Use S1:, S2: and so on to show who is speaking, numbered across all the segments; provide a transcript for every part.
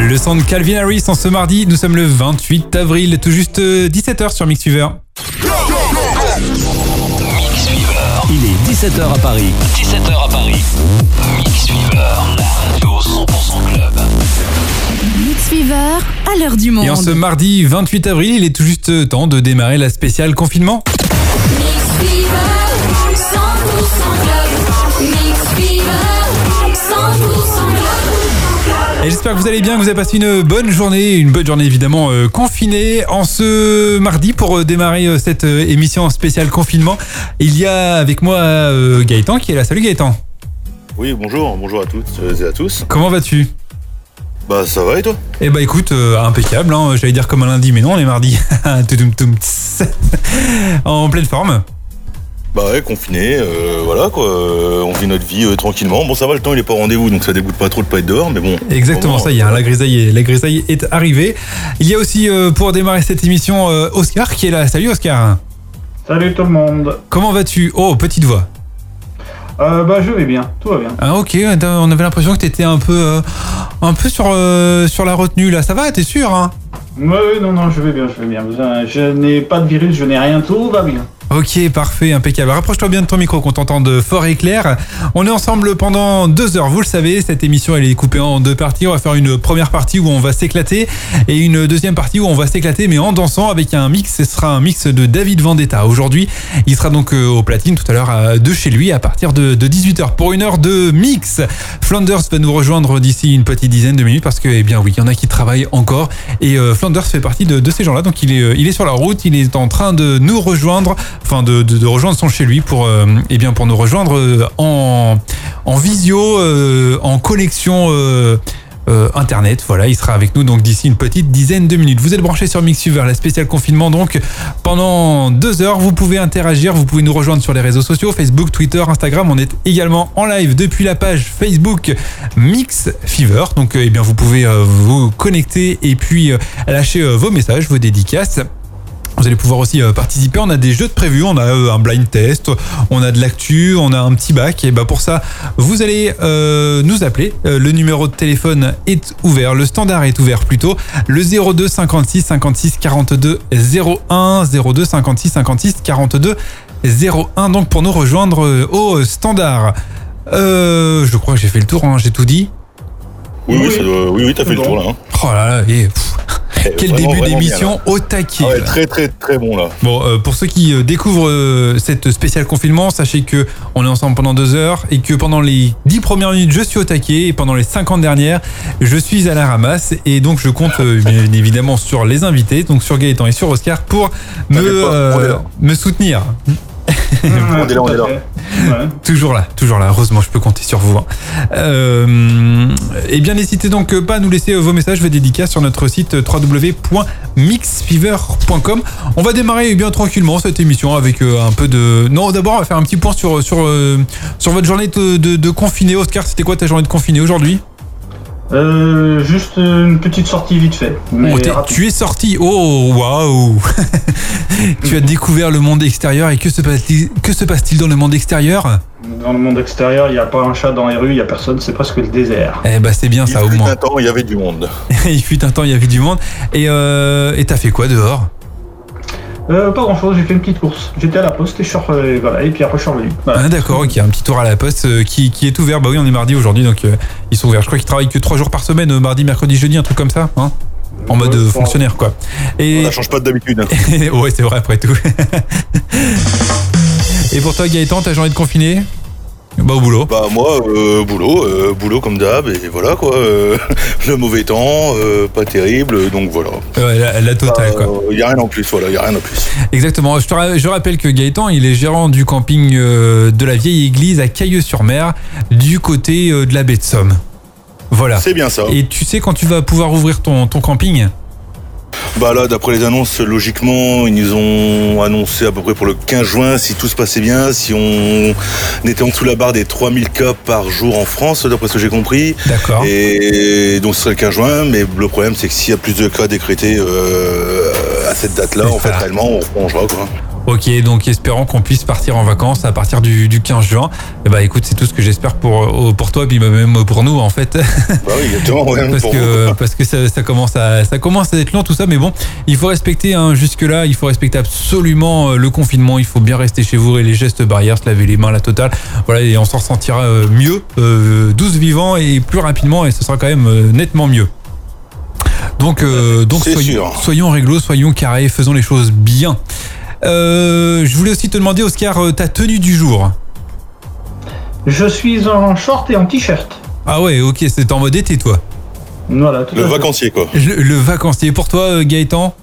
S1: Le son de Calvin Harris en ce mardi, nous sommes le 28 avril, tout juste 17h sur Mixweaver.
S2: Il est 17h à Paris.
S3: 17h à Paris. Mixweaver, la radio 100% club.
S4: Mixweaver, à l'heure du monde.
S1: Et en ce mardi 28 avril, il est tout juste euh, temps de démarrer la spéciale confinement.
S5: Mixfever, 100% club. Mixfever, 100% club.
S1: Et j'espère que vous allez bien, que vous avez passé une bonne journée, une bonne journée évidemment euh, confinée. En ce mardi, pour euh, démarrer euh, cette euh, émission spéciale confinement, il y a avec moi euh, Gaëtan qui est là. Salut Gaëtan,
S6: Oui, bonjour, bonjour à toutes et à tous.
S1: comment vas-tu
S6: Bah ça va et toi
S1: Eh bah écoute, euh, impeccable, hein. j'allais dire comme un lundi, mais non, on est mardi. Toutoum toum tss. en pleine forme.
S6: Bah ouais, confiné, euh, voilà quoi, euh, on vit notre vie euh, tranquillement. Bon ça va, le temps il est pas au rendez-vous, donc ça dégoûte pas trop de pas être dehors, mais bon.
S1: Exactement,
S6: Vraiment,
S1: ça y est, hein, la, grisaille est, la grisaille est arrivée. Il y a aussi, euh, pour démarrer cette émission, euh, Oscar qui est là. Salut Oscar,
S7: Salut tout le monde.
S1: comment vas-tu Oh, petite voix.
S7: Euh, bah je vais bien, tout va bien.
S1: Ah ok, attends, on avait l'impression que t'étais un peu, euh, un peu sur, euh, sur la retenue là. Ça va, t'es sûr hein
S7: Ouais, ouais, non non, je vais bien, je vais bien. Vous, euh, Je n'ai pas de virus, je n'ai rien, tout va bien.
S1: Ok, parfait, impeccable. Rapproche-toi bien de ton micro qu'on t'entende fort et clair. On est ensemble pendant deux heures, vous le savez. Cette émission, elle est coupée en deux parties. On va faire une première partie où on va s'éclater et une deuxième partie où on va s'éclater, mais en dansant avec un mix. Ce sera un mix de David Vendetta. Aujourd'hui, il sera donc euh, au platine tout à l'heure euh, de chez lui à partir de, 18h pour une heure de mix. Flanders va nous rejoindre d'ici une petite dizaine de minutes parce que, eh bien oui, il y en a qui travaillent encore et euh, Flanders fait partie de, de ces gens-là. Donc il est, euh, il est sur la route, il est en train de nous rejoindre, enfin de, de- de rejoindre son chez lui pour, euh, eh bien pour nous rejoindre euh, en, en visio, euh, en connexion. euh, euh, internet, voilà, il sera avec nous donc d'ici une petite dizaine de minutes. Vous êtes branchés sur Mixuver, la spéciale confinement donc pendant deux heures. Vous pouvez interagir, vous pouvez nous rejoindre sur les réseaux sociaux, Facebook, Twitter, Instagram. On est également en live depuis la page Facebook Mix Fever. Donc, euh, eh bien, vous pouvez euh, vous connecter et puis euh, lâcher euh, vos messages, vos dédicaces. Vous allez pouvoir aussi euh, participer. On a des jeux de prévus, on a euh, un blind test, on a de l'actu, on a un petit bac. Et bah pour ça, vous allez euh, nous appeler. Euh, le numéro de téléphone est ouvert, le standard est ouvert plutôt. Le 02 56 56 42 01 02 56 56 42 01. Donc pour nous rejoindre euh, au standard. Euh, je crois que j'ai fait le tour, hein, j'ai tout dit.
S6: Oui, oui, ça doit- oui, oui, t'as fait le
S7: Bon.
S6: tour là. hein.
S1: Oh là là, et, pff,
S6: Eh,
S1: quel
S6: vraiment,
S1: début
S6: vraiment bien,
S1: d'émission
S6: là.
S1: au taquet.
S6: Ah ouais,
S1: là.
S6: très très très bon là.
S1: Bon, euh, pour ceux qui euh, découvrent euh, cette spéciale confinement, sachez que on est ensemble pendant deux heures et que pendant les dix premières minutes, je suis au taquet et pendant les 50 dernières, je suis à la ramasse et donc je compte euh, bien évidemment sur les invités, donc sur Gaëtan et sur Oscar pour me,
S6: T'inquiète pas, on est
S1: euh,
S6: là.
S1: me soutenir.
S6: on est là, on est là.
S7: Ouais.
S1: Toujours là, toujours là. Heureusement, je peux compter sur vous. hein. Euh, et bien, n'hésitez donc pas à nous laisser euh, vos messages, vos dédicaces sur notre site euh, www.mixfever.com. On va démarrer eh bien tranquillement cette émission avec euh, un peu de. Non, d'abord, on va faire un petit point sur sur euh, sur votre journée de, de, de confiné. Oscar, c'était quoi ta journée de confiné aujourd'hui
S7: Euh, juste une petite sortie vite fait. Mais
S1: Oh, t'es-
S7: rapide.
S1: Tu es sorti. Oh, waouh Tu as découvert le monde extérieur et que se passe-t-il que se passe-t-il dans le monde extérieur
S7: Dans le monde extérieur, il n'y a pas un chat dans les rues, il n'y a personne, c'est presque le désert.
S1: Eh ben, c'est bien
S6: Il
S1: ça au
S6: fut
S1: moins.
S6: un temps, il y avait du monde.
S1: il fut un temps, il y avait du monde. Et euh, et t'as fait quoi dehors
S7: Euh, pas grand chose, j'ai fait une petite course. J'étais à la poste et je suis re- et voilà, et puis après je suis revenu. Voilà.
S1: ah, D'accord, ok, un petit tour à la poste euh, qui, qui est ouvert. Bah oui, on est mardi aujourd'hui, donc euh, ils sont ouverts. Je crois qu'ils travaillent que trois jours par semaine, euh, mardi, mercredi, jeudi, un truc comme ça, hein en mode
S7: Ouais,
S1: euh,
S7: bon.
S1: fonctionnaire, quoi. Et
S6: Ça change pas d'habitude. hein.
S1: ouais, c'est vrai après tout. Et pour toi, Gaëtan, t'as journée de confiné Bah au boulot.
S6: Bah moi, euh, boulot, euh, boulot comme d'hab, et voilà quoi. euh, le mauvais temps, euh, pas terrible, donc voilà.
S1: Ouais, Euh, la, la totale, quoi.
S6: Il y a rien en plus, voilà, il y a rien en plus.
S1: Exactement. Je, te ra- je rappelle que Gaëtan, il est gérant du camping euh, de la vieille église à Cailleux-sur-Mer, du côté euh, de la baie de Somme. Voilà.
S6: C'est bien ça.
S1: Ah. Et tu sais quand tu vas pouvoir ouvrir ton, ton camping
S6: Bah là, d'après les annonces, logiquement, ils nous ont annoncé à peu près pour le 15 juin, si tout se passait bien, si on était en dessous de la barre des 3000 cas par jour en France, d'après ce que j'ai compris.
S1: D'accord.
S6: Et donc ce serait le 15 juin, mais le problème c'est que s'il y a plus de cas décrétés euh, à cette date-là,
S1: C'est
S6: en fait,
S1: ça.
S6: réellement, on prolongera quoi.
S1: Ok, donc espérons qu'on puisse partir en vacances à partir du, du 15 juin. Et bah écoute, c'est tout ce que j'espère pour, euh, pour toi, puis même pour nous en fait.
S6: Bah oui, exactement, ouais,
S1: parce
S6: pour
S1: que parce que ça, ça commence à ça commence à être long tout ça mais bon il faut respecter hein, jusque là il faut respecter absolument euh, le confinement il faut bien rester chez vous et les gestes barrières se laver les mains la totale voilà et on s'en sentira mieux euh, 12 vivants et plus rapidement et ce sera quand même euh, nettement mieux donc euh, donc
S6: C'est
S1: soyons,
S6: sûr.
S1: soyons réglo soyons carrés faisons les choses bien Euh, je voulais aussi te demander Oscar euh, ta tenue du jour
S7: Je suis en short et en t-shirt.
S1: ah ouais ok c'est en mode été toi
S7: Voilà, tout
S6: le
S7: à fait.
S6: vacancier, quoi.
S1: le, le vacancier pour toi euh, Gaëtan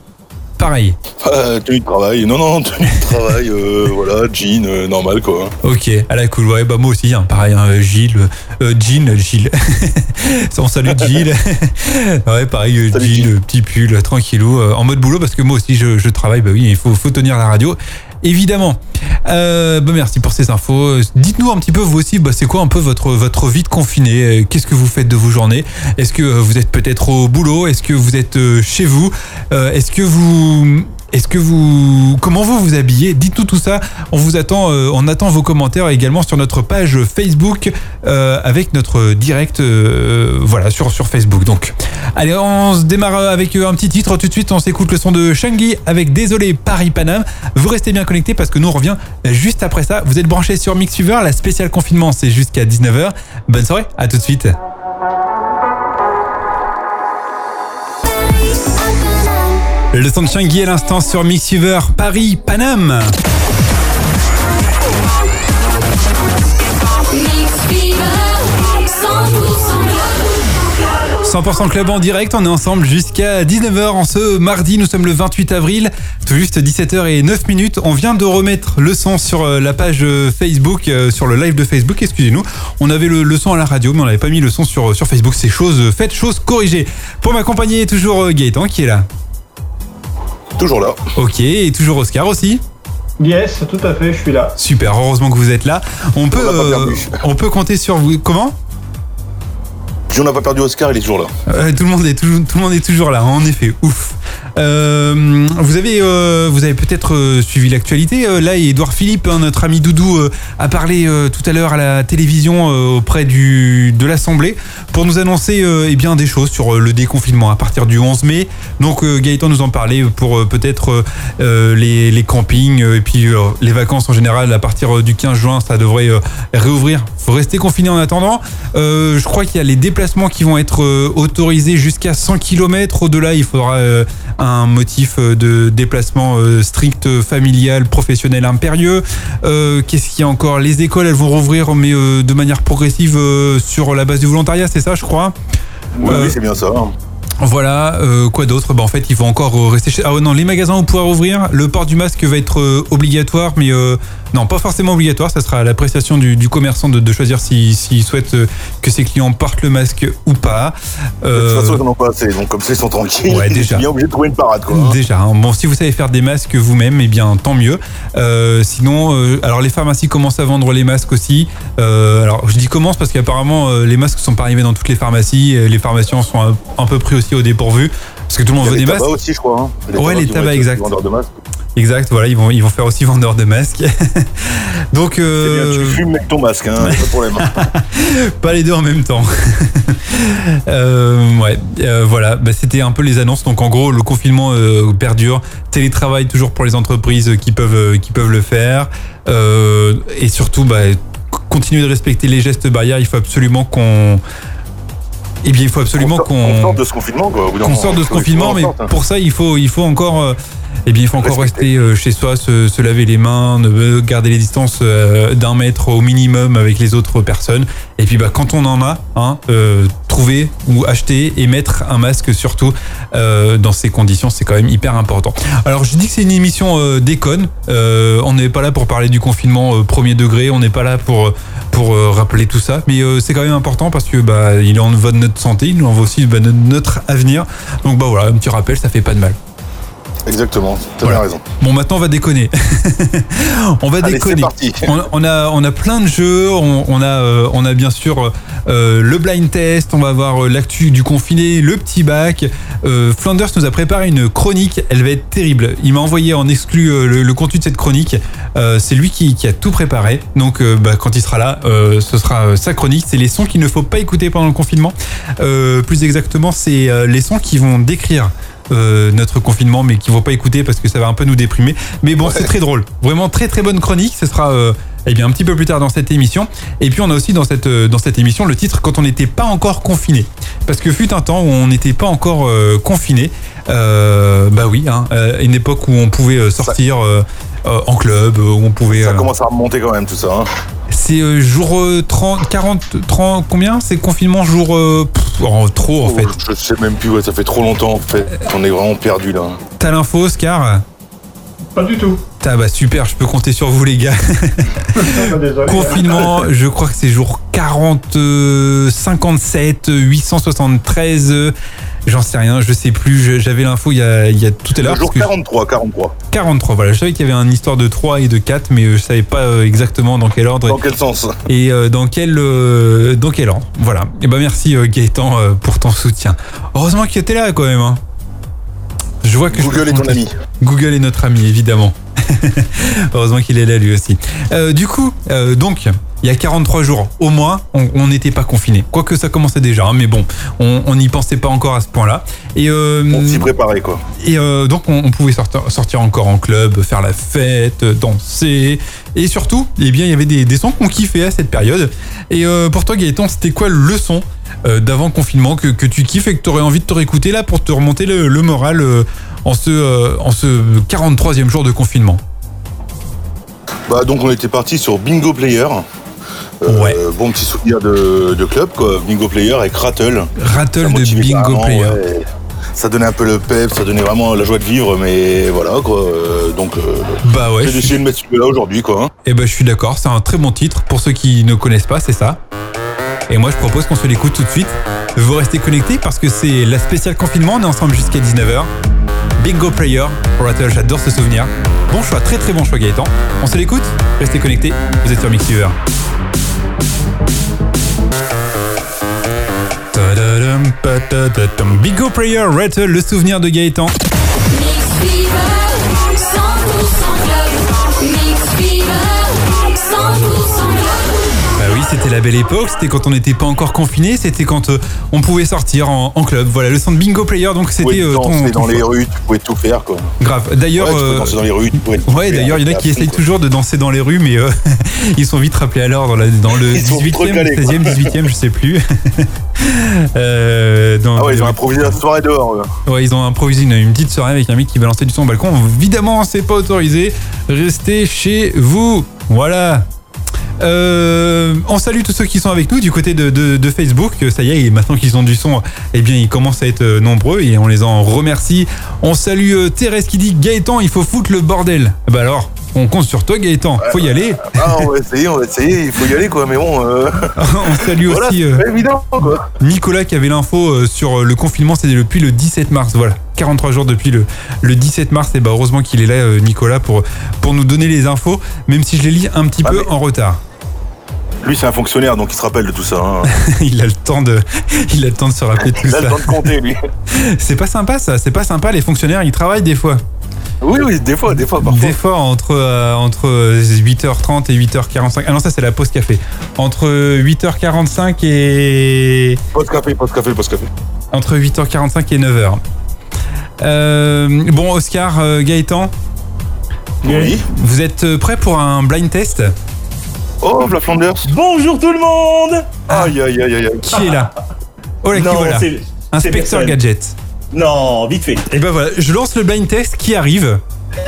S1: pareil
S6: Ah, tenue de travail, non, non, tenue de travail, euh, voilà, jean, euh, normal, quoi.
S1: Ok, à la cool. Ouais, bah moi aussi, hein, pareil, hein, Gilles, euh, Jean, Gilles. On salue Gilles. ouais, pareil, euh,
S6: Salut,
S1: Gilles,
S6: Gilles.
S1: euh, petit pull, euh, tranquillou, euh, en mode boulot, parce que moi aussi, je, je travaille. Bah oui, il faut, faut tenir la radio, évidemment. Euh, bah merci pour ces infos. Euh, Dites-nous un petit peu, vous aussi, bah, c'est quoi un peu votre, votre vie de confiné Euh, Qu'est-ce que vous faites de vos journées Est-ce que euh, vous êtes peut-être au boulot Est-ce que vous êtes euh, chez vous Euh, Est-ce que vous... Est-ce que vous, comment vous vous habillez Dites-nous tout ça. On vous attend, euh, on attend vos commentaires également sur notre page Facebook euh, avec notre direct, euh, voilà, sur sur Facebook. Donc, allez, on se démarre euh, avec euh, un petit titre tout de suite. On s'écoute le son de Shangi avec Désolé Paris Paname. Vous restez bien connectés parce que nous on revient juste après ça. Vous êtes branchés sur Mixfever, la spéciale confinement, c'est jusqu'à 19h. Bonne soirée, à tout de suite. Le son de Shangi à l'instant sur Mixfever Paris Paname.
S5: Mix Fever, 100% Club.
S1: 100% Club en direct, on est ensemble jusqu'à 19h en ce mardi, nous sommes le 28 avril, tout juste 17h et 9 minutes. On vient de remettre le son sur euh, la page euh, Facebook, euh, sur le live de Facebook, excusez-nous. On avait le, le son à la radio, mais on n'avait pas mis le son sur, sur Facebook. C'est chose euh, faite, chose corrigée. Pour m'accompagner, toujours euh, Gaëtan qui est là.
S6: Toujours là.
S1: Ok, et toujours Oscar aussi.
S7: Yes, tout à fait, je suis là.
S1: Super, heureusement que vous êtes là. On peut,
S6: l'a pas
S1: euh,
S6: perdu.
S1: on peut compter sur vous. Comment
S6: Puis on n'a pas perdu Oscar, il est toujours là.
S1: Euh, tout, le monde est toujours, tout le monde est toujours là, hein, en effet, ouf. Euh, vous avez, euh, vous avez peut-être euh, suivi l'actualité. Euh, là, Édouard Philippe, hein, notre ami Doudou, euh, a parlé euh, tout à l'heure à la télévision euh, auprès du, de l'Assemblée pour nous annoncer euh, eh bien, des choses sur euh, le déconfinement à partir du 11 mai. Donc euh, Gaëtan nous en parlait pour euh, peut-être euh, euh, les, les campings euh, et puis euh, les vacances en général à partir euh, du 15 juin, ça devrait euh, réouvrir. Faut rester confiné en attendant. Euh, je crois qu'il y a les déplacements qui vont être euh, autorisés jusqu'à 100 km. Au-delà, il faudra euh, un motif euh, de déplacement euh, strict, euh, familial, professionnel, impérieux. Euh, Qu'est-ce qu'il y a encore Les écoles, elles vont rouvrir, mais euh, de manière progressive euh, sur la base du volontariat, c'est ça, je crois
S6: Oui,
S1: Euh,
S6: oui, c'est bien ça.
S1: voilà, euh, quoi d'autre bah, En fait, ils vont encore euh, rester chez... Ah ouais, non, les magasins vont pouvoir ouvrir. Le port du masque va être euh, obligatoire, mais euh, non, pas forcément obligatoire. Ça sera à l'appréciation du, du commerçant de, de choisir si- s'il souhaite euh, que ses clients portent le masque ou pas.
S6: De toute
S1: Euh,
S6: façon, ils n'en ont pas assez, donc comme ça, ils sont tranquilles.
S1: Ouais, déjà.
S6: Ils sont bien obligés de trouver une parade, quoi.
S1: Déjà, hein. bon, si vous savez faire des masques vous-même, eh bien, tant mieux. Euh, sinon, euh, alors les pharmacies commencent à vendre les masques aussi. Euh, alors, je dis commence parce qu'apparemment, euh, les masques sont pas arrivés dans toutes les pharmacies. et Les pharmaciens sont un, un peu pris aussi au dépourvu parce que tout le monde
S6: Il y a
S1: veut des
S6: les
S1: masques.
S6: tabacs aussi, je crois. hein.
S1: Ouais, les
S6: qui vont
S1: tabacs,
S6: être
S1: exact.
S6: vendeurs de masques.
S1: Exact, voilà, ils vont, ils vont faire aussi vendeur de masques. Donc,
S6: Eh bien,
S1: euh,
S6: tu fumes avec ton masque, hein, pas de problème.
S1: pas les deux en même temps. Euh, ouais, euh, voilà, Bah, c'était un peu les annonces. Donc, en gros, le confinement euh, perdure, télétravail toujours pour les entreprises euh, qui peuvent, euh, qui peuvent le faire, Euh, et surtout, bah, c- continuer de respecter les gestes barrières. Il faut absolument qu'on. Eh bien, il faut absolument
S6: On sort- On
S1: qu'on
S6: sort de ce confinement, quoi. au bout d'un
S1: qu'on
S6: moment.
S1: sorte de ce
S6: Faut- faut
S1: confinement,
S6: qu'on
S1: mais
S6: sorte, hein.
S1: pour ça, il faut, il faut encore, euh, eh bien, il faut encore rester euh, chez soi, se, se laver les mains, ne- euh, garder les distances euh, d'un mètre au minimum avec les autres personnes. Et puis, bah, quand on en a, hein, euh, trouver ou acheter et mettre un masque, surtout euh, dans ces conditions, c'est quand même hyper important. Alors, je dis que c'est une émission euh, déconne. Euh, on n'est pas là pour parler du confinement euh, premier degré. On n'est pas là pour pour euh, rappeler tout ça. Mais euh, c'est quand même important parce que bah il en va de notre santé, il en va aussi bah, de notre avenir. Donc bah voilà, un petit rappel, ça fait pas de mal.
S6: hein. Exactement, t'as
S1: Voilà.
S6: bien raison.
S1: Bon, maintenant, on va déconner. on va
S6: Allez, c'est
S1: déconner.
S6: parti.
S1: On, on a, on a plein de jeux. On, on a, euh, on a bien sûr euh, le blind test. On va avoir euh, l'actu du confiné, le petit bac. Euh, Flanders nous a préparé une chronique. Elle va être terrible. Il m'a envoyé en exclu euh, le, le contenu de cette chronique. Euh, c'est lui qui, qui a tout préparé. Donc, euh, bah, quand il sera là, euh, ce sera euh, sa chronique. C'est les sons qu'il ne faut pas écouter pendant le confinement. Euh, plus exactement, c'est euh, les sons qui vont décrire euh, notre confinement, mais qui ne vont pas écouter parce que ça va un peu nous déprimer. Mais bon, c'est très drôle. Vraiment très très bonne chronique. Ce sera euh, eh bien, un petit peu plus tard dans cette émission. Et puis on a aussi dans cette, euh, dans cette émission le titre Quand on n'était pas encore confiné. Parce que fut un temps où on n'était pas encore euh, confiné. Euh, bah oui, hein, euh, une époque où on pouvait euh, sortir euh, euh, en club, où on pouvait...
S6: Ça
S1: euh,
S6: commence à remonter quand même tout ça. hein.
S1: c'est euh, jour euh, 30, 40, 30, combien C'est confinement jour... euh, pff, oh, trop en fait.
S6: Je sais même plus, ouais, ça fait trop longtemps en fait. On est vraiment perdu là.
S1: T'as l'info, Oscar
S7: Pas du tout.
S1: Ah bah super, je peux compter sur vous les gars.
S7: Ah, bah, désolé.
S1: Confinement, je crois que c'est jour 40, euh, 57, euh, 873, euh, j'en sais rien, je sais plus, je- j'avais l'info il, y a- il y a tout à l'heure.
S6: Le jour
S1: parce que-
S6: 43, 43.
S1: 43, voilà, je savais qu'il y avait une histoire de 3 et de 4, mais euh, je savais pas euh, exactement dans quel ordre
S6: Dans quel sens
S1: et euh, dans quel euh, dans quel ordre. Voilà. Et ben merci euh, Gaëtan euh, pour ton soutien. Heureusement que t'es là quand même. hein. Je vois que je
S6: Google
S1: peux
S6: est ton
S1: compter.
S6: ami.
S1: Google est notre ami, évidemment. Heureusement qu'il est là lui aussi. Euh, du coup, euh, donc, il y a 43 jours, au moins, on on n'était pas confiné. Quoique ça commençait déjà, hein, mais bon, on on n'y pensait pas encore à ce point-là. Et, euh,
S6: On s'y préparait quoi.
S1: et euh, donc, on, on pouvait sortir, sortir encore en club, faire la fête, danser. Et surtout, eh bien, il y avait des, des sons qu'on kiffait à cette période. Et euh, pour toi, Gaëtan, c'était quoi le son euh, d'avant confinement que, que tu kiffes et que tu aurais envie de te réécouter là pour te remonter le, le moral euh, en, ce, euh, en ce 43e jour de confinement
S6: Bah donc on était parti sur Bingo Player. Euh,
S1: Ouais.
S6: Bon petit souvenir de, de club quoi. Bingo Player avec Rattle. Ça
S1: Rattle de
S6: motivait
S1: Bingo
S6: carrément,
S1: Player.
S6: ouais. Ça donnait un peu le pep, ça donnait vraiment la joie de vivre, mais voilà quoi. Euh, Donc euh,
S1: Bah ouais,
S6: j'ai
S1: je suis,
S6: décidé de mettre celui-là aujourd'hui quoi. hein.
S1: eh ben, je suis d'accord, c'est un très bon titre. Pour ceux qui ne connaissent pas, c'est ça. Et moi, je propose qu'on se l'écoute tout de suite. Vous restez connectés parce que c'est la spéciale confinement. On est ensemble jusqu'à 19h. Bingo Player, Rattle, j'adore ce souvenir. Bon choix, très très bon choix, Gaëtan. On se l'écoute Restez connectés, vous êtes sur Mixweaver. Tadadam, patadatam. Bingo Player, Rattle, le souvenir de Gaëtan.
S5: Mix Fever, 100% club. Mix Fever, 100% club.
S1: Bah oui, c'était la belle époque, c'était quand on n'était pas encore confiné, c'était quand euh, on pouvait sortir en, en club. Voilà, le son de Bingo Player, donc c'était
S6: Tu
S1: euh,
S6: pouvais
S1: ton,
S6: danser
S1: ton
S6: dans les
S1: choix.
S6: rues, tu pouvais tout faire quoi.
S1: Grave. D'ailleurs,
S6: Ouais, tu pouvais
S1: euh,
S6: danser dans les rues, hein, tu pouvais tout
S1: ouais,
S6: faire.
S1: d'ailleurs, il y en a qui
S6: T'as
S1: essayent
S6: appris, quoi.
S1: toujours de danser dans les rues, mais euh, ils sont vite rappelés à l'ordre là, dans le
S6: Ils sont
S1: 18e,
S6: recalés, quoi.
S1: 16e, 18e, je sais plus. Euh, dans-
S6: Ah ouais, ils ont improvisé la soirée dehors. euh.
S1: Ouais, ils ont improvisé une, une petite soirée avec un mec qui balançait du son au balcon. Évidemment, c'est pas autorisé. Restez chez vous. Voilà. Euh, on salue tous ceux qui sont avec nous du côté de, de- de Facebook. Ça y est, et maintenant qu'ils ont du son, eh bien, ils commencent à être euh, nombreux et on les en remercie. On salue euh, Thérèse qui dit Gaëtan, il faut foutre le bordel. Bah alors, on compte sur toi, Gaëtan. Faut y aller.
S6: Ah, on va essayer, on va essayer, il faut y aller quoi, mais bon, euh,
S1: on salue
S6: voilà,
S1: aussi.
S6: c'est
S1: euh,
S6: pas évident quoi.
S1: Nicolas qui avait l'info euh, sur euh, le confinement, c'était depuis le 17 mars. Voilà, 43 jours depuis le, le 17 mars. Et bah heureusement qu'il est là, euh, Nicolas, pour, pour nous donner les infos, même si je les lis un petit
S6: Ah,
S1: peu
S6: mais-
S1: en retard.
S6: Lui, c'est un fonctionnaire, donc il se rappelle de tout ça. hein.
S1: il, a le temps de, il a le temps de se rappeler de tout
S6: Il a
S1: ça.
S6: le temps de compter, lui.
S1: C'est pas sympa ça, c'est pas sympa. Les fonctionnaires, ils travaillent des fois.
S6: Oui, oui, des fois, des fois, parfois.
S1: Des fois, entre, euh, entre euh, 8h30 et 8h45. Ah non, ça, c'est la pause café. Entre 8h45 et.
S6: Post café, post café, post café.
S1: Entre 8h45 et 9h. Euh, bon, Oscar, euh, Gaëtan,
S6: Oui.
S1: Vous êtes euh, prêt pour un blind test
S6: Oh, la Flanders.
S4: Bonjour tout le monde
S6: Aïe, aïe, aïe, aïe. aïe.
S1: Qui est là Oh là, qui
S4: Non,
S1: voilà
S4: c'est-
S1: Inspecteur
S4: personne.
S1: Gadget.
S4: Non, vite fait.
S1: Et ben voilà, je lance le blind test qui arrive.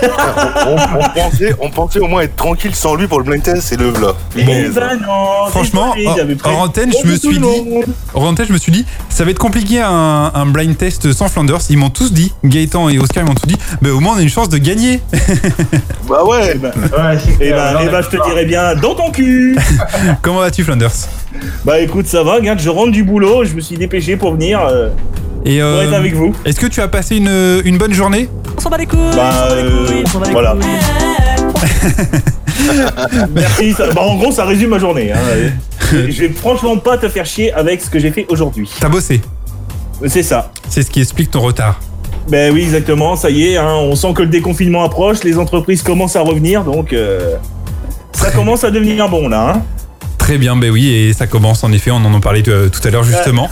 S4: Ah,
S6: On, on pensait, on pensait au moins être tranquille sans lui pour le blind test et le v'là.
S4: Eh
S6: Mais- bah,
S4: ben non,
S1: Franchement,
S4: désolé,
S1: hors-
S4: j'avais pris-
S1: hors antenne, je
S4: Bonjour
S1: me
S4: tout
S1: suis
S4: le
S1: dit-
S4: monde.
S1: En tête, je me suis dit, ça va être compliqué un, un blind test sans Flanders. Ils m'ont tous dit, Gaëtan et Oscar, ils m'ont tous dit, bah, au moins on a une chance de gagner.
S6: Bah ouais.
S7: hein. Ouais, c'est
S4: Eh
S7: clair,
S6: bah,
S1: Euh,
S7: j'en
S4: ben,
S7: ai
S4: eh ben, je te
S7: marre.
S4: dirais bien dans ton cul.
S1: Comment vas-tu, Flanders
S4: bah écoute, ça va, regarde, je rentre du boulot, je me suis dépêché pour venir euh,
S1: Et
S4: pour
S1: euh,
S4: être avec vous.
S1: Est-ce que tu as passé une, une bonne journée
S8: on s'en bat les couilles, on
S4: Bah,
S8: s'en bat les couilles, on s'en bat les
S4: voilà.
S8: couilles.
S4: Merci. ça- bah, en gros, ça résume ma journée. hein. Et Je vais franchement pas te faire chier avec ce que j'ai fait aujourd'hui.
S1: T'as bossé.
S4: C'est ça.
S1: C'est ce qui explique ton retard.
S4: Ben oui, exactement. Ça y est, hein, on sent que le déconfinement approche, les entreprises commencent à revenir, donc euh, ça commence à devenir bon là. hein.
S1: Très bien, ben oui, et ça commence en effet, on en a parlé euh, tout à l'heure justement.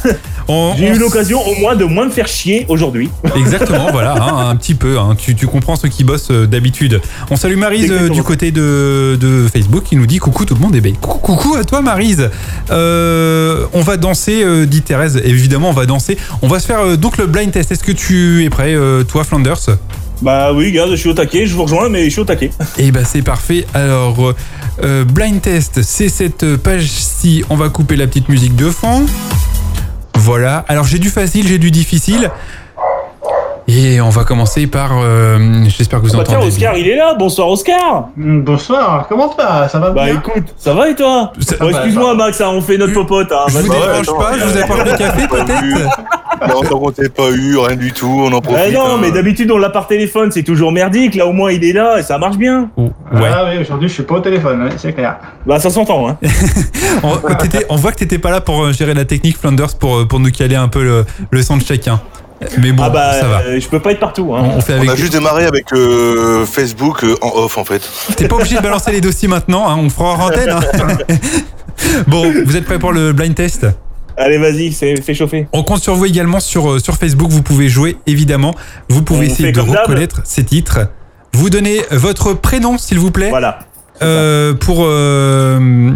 S1: On-
S4: J'ai
S1: on
S4: eu l'occasion au moins de moins me faire chier aujourd'hui.
S1: Exactement, voilà, hein, un petit peu. hein. Tu, tu comprends ceux qui bossent euh, d'habitude. On salue Marise euh,
S4: Exactement.
S1: du côté de, de Facebook qui nous dit coucou tout le monde. Et ben, coucou, coucou à toi Marise. Euh, on va danser, euh, dit Thérèse. Évidemment, on va danser. On va se faire euh, donc le blind test. Est-ce que tu es prêt, euh, toi Flanders
S4: Bah oui, gars, je suis au taquet, je vous rejoins, mais je suis au taquet.
S1: Eh ben c'est parfait. Alors euh, euh, blind test, c'est cette page-ci. On va couper la petite musique de fond. Voilà. Alors j'ai du facile, j'ai du difficile. Et on va commencer par. euh, J'espère que vous
S4: Bah tiens,
S1: entendez. bien.
S4: Oscar, il est là. Bonsoir, Oscar.
S7: Hmm, Bonsoir, comment ça va Ça va
S4: Bah
S7: bien
S4: écoute, ça va et toi
S1: Ça-
S4: Bon, Excuse-moi, Max, hein, on fait notre popote. Hein,
S1: Je vous
S4: Bah,
S6: ouais,
S1: dérange
S6: attends,
S1: pas, je vous apporte le café
S6: Pas eu.
S1: peut-être.
S6: Non, tant qu'on t'est pas eu, rien du tout, on en profite.
S4: ouais, Eh non,
S1: euh.
S6: hein.
S4: mais d'habitude on l'a par téléphone, c'est toujours merdique. Là au moins il est là et ça marche bien.
S1: Ouais.
S7: Ah oui, aujourd'hui je suis pas au téléphone, ouais, c'est clair.
S4: Bah ça s'entend. Hein.
S1: On, t'étais- on voit que t'étais pas là pour euh, gérer la technique Flanders pour, euh, pour nous caler un peu le, le son de chacun. Mais bon,
S4: ah bah
S1: ça va.
S4: euh, je peux pas être partout.
S1: On,
S4: Hein.
S1: on fait
S6: On
S1: avec.
S6: a juste démarré avec euh, Facebook euh, en off en fait.
S1: T'es pas obligé de balancer les dossiers maintenant, hein, on fera en antenne. hein. Bon, vous êtes prêts pour le blind test
S4: Allez vas-y, c'est- fais chauffer.
S1: On compte sur vous également sur, euh, sur Facebook, vous pouvez jouer évidemment. Vous pouvez
S4: On
S1: essayer
S4: fait
S1: de
S4: comme d'hab.
S1: reconnaître ces titres. Vous donnez votre prénom, s'il vous plaît,
S4: Voilà.
S1: euh, pour, euh,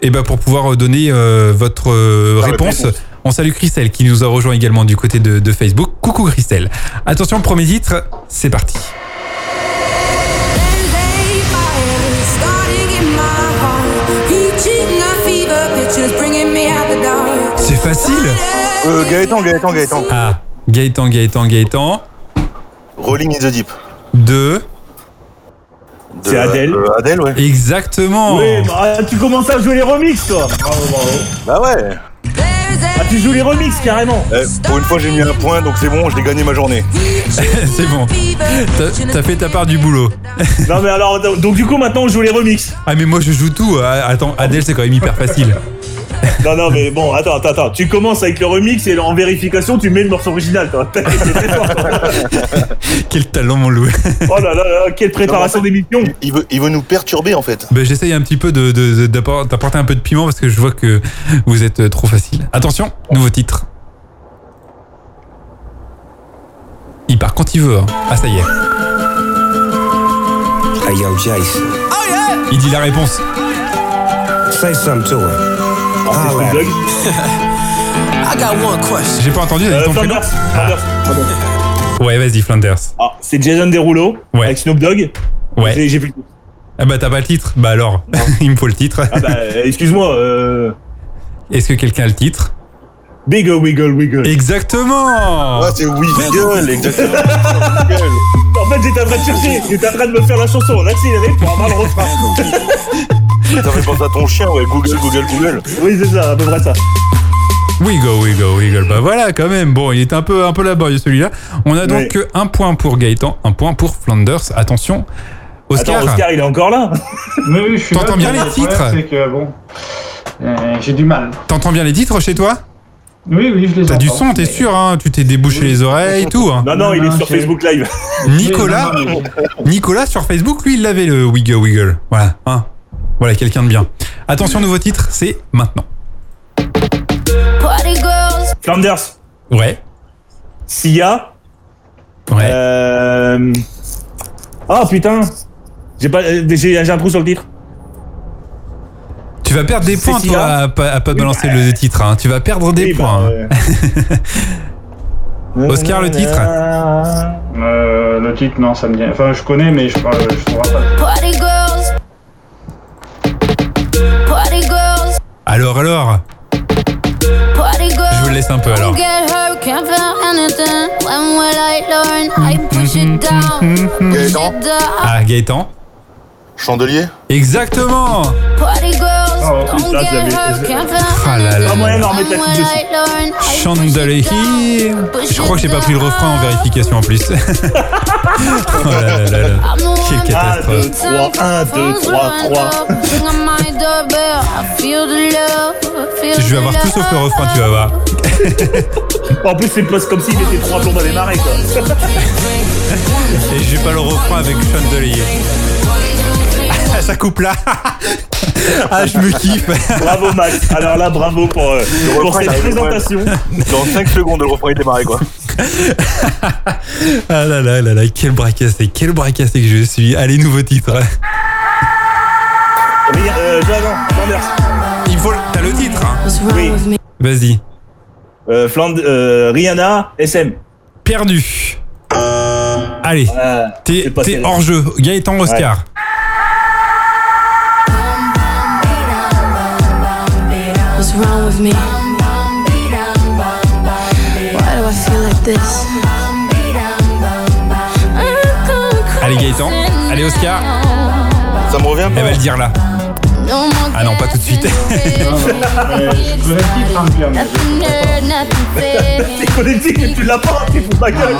S1: eh ben pour pouvoir donner euh, votre euh,
S6: Ah,
S1: réponse.
S6: réponse.
S1: On salue Christelle qui nous a rejoint également du côté de, de Facebook. Coucou Christelle. Attention, premier titre, c'est parti. C'est facile
S6: Euh, Gaëtan, Gaëtan, Gaëtan.
S1: Ah, Gaëtan, Gaëtan, Gaëtan.
S6: Rolling in the Deep.
S1: Deux.
S6: De-
S4: C'est Adèle.
S6: euh, Adèle, ouais.
S1: Exactement.
S4: Oui, bah, tu commences à jouer les remixes toi.
S6: Bah ouais.
S4: Ah, tu joues les remixes carrément.
S6: Eh, pour une fois, j'ai mis un point, donc c'est bon, j'ai gagné ma journée.
S1: C'est bon. T'as- T'as fait ta part du boulot.
S4: Non mais alors donc du coup maintenant on joue les remixes.
S1: Ah mais moi je joue tout. Ah, Attends, Adèle c'est quand même hyper facile.
S4: Non non mais bon attends attends attends. Tu commences avec le remix et en vérification tu mets le morceau original toi. C'est très fort, toi.
S1: Quel talent mon loup.
S4: Oh là là là, quelle préparation d'émission.
S6: Il veut, il veut nous perturber en fait.
S1: Ben, J'essaye un petit peu de- de- de- d'appor- d'apporter un peu de piment parce que je vois que vous êtes euh, trop facile. Attention, nouveau titre. Il part quand il veut. hein. Ah ça y est.
S9: Hey yo, Jason,
S1: Il dit la réponse.
S9: say something
S4: Ah,
S9: to him. Holla at him.
S1: J'ai pas entendu. t'as dit
S4: Euh,
S1: ton prénom
S4: Flanders, Flanders.
S1: Ah. Ouais vas-y Flanders.
S4: Ah, c'est Jason Derulo
S1: Ouais.
S4: avec Snoop Dogg.
S1: Ouais.
S4: J'ai- J'ai plus.
S1: Ah bah t'as pas le titre. Bah alors, il me faut le titre.
S4: Ah bah, euh, excuse-moi. Euh...
S1: Est-ce que quelqu'un a le titre
S4: Biggle, wiggle, wiggle.
S1: Exactement.
S6: Ah, c'est oui, gueule, exactement.
S4: En fait, j'étais en train de chercher.
S1: Ah,
S4: J'étais en train de me faire la chanson en accéléré pour avoir le refrain.
S6: Ça fait penser à ton chien, ouais. Google, Google, Google.
S4: Oui, c'est ça, à peu près ça.
S1: We go, we go, we go. Bah voilà, quand même. Bon, il est un peu, un peu laborieux celui-là. On a donc que un point pour Gaëtan, un point pour Flanders. Attention, Oscar.
S4: Attends, Oscar, il est encore là
S7: Mais oui, je suis
S1: T'entends
S7: là,
S1: bien
S7: mais
S1: les
S7: le problème,
S1: titres
S7: C'est que bon, euh, j'ai du mal.
S1: T'entends bien les titres chez toi
S7: Oui, oui, je les
S1: T'as du
S7: entends.
S1: son, t'es sûr, hein Tu t'es débouché les oreilles et tout. hein.
S4: Non, non, il est
S7: Non,
S4: sur
S7: j'ai-
S4: Facebook Live.
S7: Oui,
S1: Nicolas,
S7: non, non, mais-
S1: Nicolas sur Facebook, lui, il l'avait le Wiggle Wiggle. Voilà, hein. Voilà, quelqu'un de bien. Attention, nouveau titre, c'est maintenant.
S4: Flanders,
S1: Ouais,
S4: Sia.
S1: ouais.
S4: Euh... Ah putain J'ai pas, euh, j'ai j'ai un trou sur le titre.
S1: tu vas perdre des points,
S4: Cécilia.
S1: toi, à, pas- à pas balancer le titre. hein. Tu vas perdre des
S4: Oui, bah,
S1: points. hein.
S4: euh.
S1: Oscar, le titre
S7: Euh, le titre, non, ça me dit. Enfin, je connais, mais je parle, je trouve pas.
S1: Alors, alors Je vous le laisse un peu, alors.
S6: Gaëtan,
S1: Ah, Gaëtan Ah,
S6: chandelier
S1: Exactement
S7: Ah, en plus,
S4: Putain, je l'avais-
S1: Ah là là.
S4: Pas moyen d'en remettre la suite dessus.
S5: dessus.
S1: Chandelier. Je crois que j'ai pas pris le refrain en vérification en plus. oh là là là là. Quelle
S5: Ah,
S1: catastrophe.
S4: 1, 2, 3, 3.
S1: Je vais avoir tout sauf le refrain, tu vas voir.
S4: En plus, c'est pas comme s'il était trois plombes à démarrer, quoi.
S1: Et j'ai pas le refrain avec Chandelier. Ah, Ça coupe là. Ah, je me kiffe.
S4: Bravo, Max. Alors là, bravo pour, euh, pour
S6: refrain, il
S4: cette
S6: arrive
S4: présentation.
S6: Dans 5 secondes, le refrain est démarré, quoi.
S1: Ah là là là là, quel bras cassé, quel bras cassé que je suis. Allez, nouveau titre.
S4: Mais, euh, non, Flanders.
S1: Il faut. le- T'as le titre, hein.
S4: Oui.
S1: Vas-y.
S4: Euh, Fland- euh, Rihanna, SM.
S1: Perdu. Allez,
S4: Euh,
S1: t'es
S4: c'est pas
S1: t'es
S4: serré.
S1: hors jeu. Gaëtan Oscar.
S8: What's wrong with me? Why do I feel like this?
S1: Allez, Gaëtan. Allez, Oscar.
S6: Ça me revient
S1: Elle va
S6: pas
S1: le dire là. Ah non, pas tout de suite.
S7: Euh, je connais le titre, hein, bien, mais je-
S4: T'es connecté, mais tu l'as pas, t'es fou de ma gueule.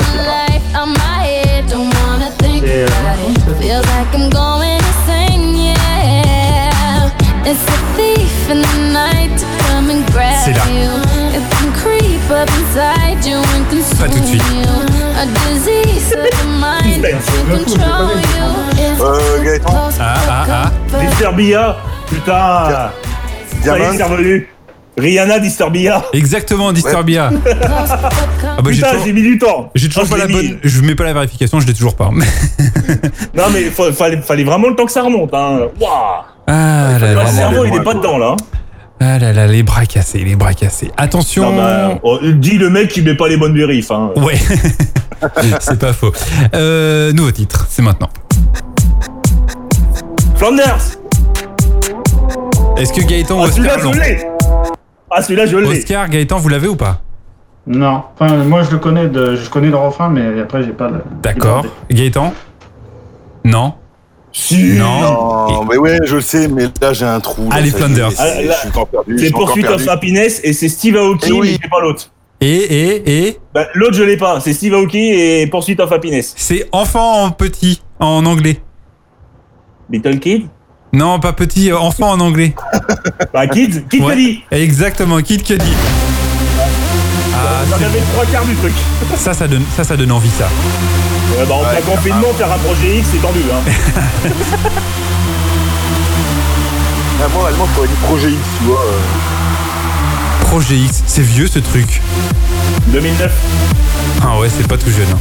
S7: c'est, euh,
S8: Feels like I'm going insane, yeah. It's a thief in the night to come and grab
S1: C'est là.
S8: you. It can creep up inside you and consume
S1: Pas tout de suite.
S8: you. A disease of the mind that can control you. It's
S6: Euh, Gaëtan,
S1: Ah, ah, ah.
S4: Mister Bia. Putain. Ça y est,
S6: Diamant
S4: c'est revenu. Rihanna, Mister Bia.
S1: Exactement, Disturbia. Ah bah, j'ai
S4: Putain,
S1: toujours-
S4: j'ai mis du temps.
S1: j'ai toujours
S4: Oh,
S1: pas
S4: je
S1: la
S4: l'ai mis.
S1: bonne. Je mets pas la vérification, je l'ai toujours pas. Ah
S4: Non, mais fa- fallait, fallait vraiment le temps que ça remonte. Hein. Waouh.
S1: Ah là là
S4: Le
S1: là.
S4: cerveau, il
S6: ouais,
S4: est pas
S6: ouais.
S4: dedans, là. hein.
S1: Ah là là, les bras cassés, les bras cassés. Attention.
S4: Non, bah, oh, dis le mec qui met pas les bonnes vérifs. Hein.
S1: Ouais. c'est pas faux. Euh, nouveau titre, c'est maintenant.
S4: Flanders.
S1: Est-ce que Gaëtan ou
S4: Ah, celui-là,
S1: Oscar l'ont
S4: je l'ai. Ah, celui-là, je l'ai.
S1: Oscar, Gaëtan, vous l'avez ou pas
S7: Non, enfin, moi je le connais, de, je connais le refrain, mais après j'ai pas le.
S1: D'accord. Gaëtan Non
S4: Si.
S1: Non.
S6: Non, mais ouais, je le sais, mais là j'ai un trou. là,
S1: Allez,
S6: ça y est,
S1: Flanders.
S6: c'est-
S4: Ah, là,
S6: Je suis encore perdu. je
S4: C'est
S6: suis encore
S4: Pursuit
S6: perdu.
S4: of Happiness et c'est Steve Aoki,
S6: Eh oui.
S4: mais j'ai pas l'autre.
S1: Et, et, et
S4: Bah, l'autre, je l'ai pas. C'est Steve Aoki et Pursuit of Happiness.
S1: C'est enfant en petit, en anglais.
S4: Little Kid
S1: Non, pas petit, euh, enfant en anglais.
S4: Bah, Kid Kid
S1: Ouais.
S4: Cudi
S1: Exactement, Kid Cudi. Ah,
S4: J'en avais trois quarts du truc.
S1: c'est- ça, ça donne, ça, ça donne envie, ça.
S4: Ouais, bah, en plein confinement, faire un projet X, c'est tendu. Hein.
S6: Ah, moi, allemand, faut dire projet X, tu vois. euh.
S1: Projet X, c'est vieux ce truc.
S4: 2009.
S1: Ah ouais, c'est pas tout jeune. hein.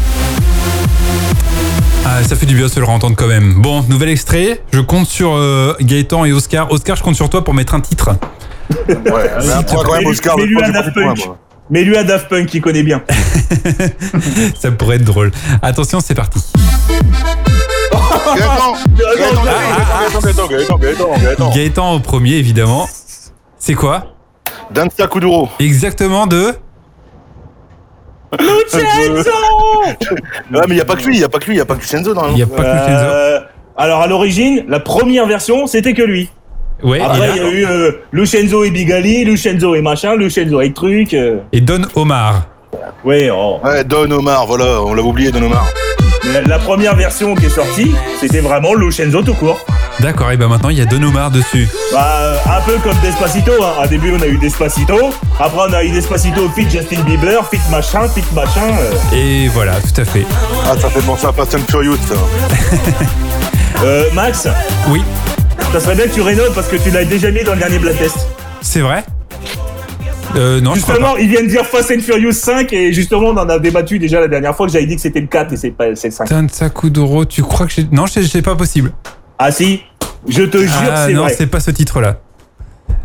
S1: Ah, ça fait du bien de se le entendre quand même. Bon, nouvel extrait. Je compte sur euh, Gaëtan et Oscar. Oscar, je compte sur toi pour mettre un titre.
S6: Ouais, mais un point quand même,
S4: Mais
S6: Oscar,
S4: lui-
S6: le
S4: mais
S6: point
S4: lui,
S6: du
S4: un
S6: premier point,
S4: Daft Punk.
S6: moi.
S4: Mais lui, un Daft Punk, il connaît bien.
S1: Ça pourrait être drôle. Attention, c'est parti.
S6: Gaëtan, Gaëtan,
S4: Ah,
S6: Gaëtan, Gaëtan, Gaëtan, Gaëtan, Gaëtan.
S1: Gaëtan au premier, évidemment. C'est quoi
S6: Dantia Kuduro.
S1: Exactement de...
S6: Ouais, mais il n'y a pas que lui, il n'y a pas que lui, il n'y a pas que Lucenzo dans
S1: Il n'y a pas que Kenzo.
S4: Euh, alors, à l'origine, la première version, c'était que lui.
S1: Ouais, et,
S4: Après, il y
S1: là-
S4: a eu euh, Lucenzo et Bigali, Lucenzo et machin, Lucenzo et truc. euh.
S1: et Don Omar.
S4: Ouais, oh.
S6: Ouais, Don Omar, voilà, on l'avait oublié, Don Omar.
S4: Mais la première version qui est sortie, c'était vraiment Lucenzo tout court.
S1: D'accord, et ben maintenant il y a Don Omar dessus.
S4: Bah, euh, un peu comme Despacito. Hein. Au début, on a eu Despacito. Après, on a eu Despacito fit Justin Bieber, fit machin, fit machin. euh.
S1: Et voilà, tout à fait.
S6: Ah, ça fait penser à Fast and Furious, ça.
S4: Euh, Max,
S1: Oui,
S4: ça serait bien que tu rénoves parce que tu l'as déjà mis dans le dernier Black Test.
S1: c'est vrai euh, Non, je crois pas.
S4: Justement, ils viennent dire Fast and Furious 5 et justement, on en a débattu déjà la dernière fois que j'avais dit que c'était le 4 et c'est pas c'est le 5.
S1: Tansakudoro, tu crois que j'ai... Non, c'est c'est pas possible.
S4: Ah si, je te jure,
S1: Ah
S4: c'est
S1: non,
S4: vrai.
S1: c'est pas ce titre-là.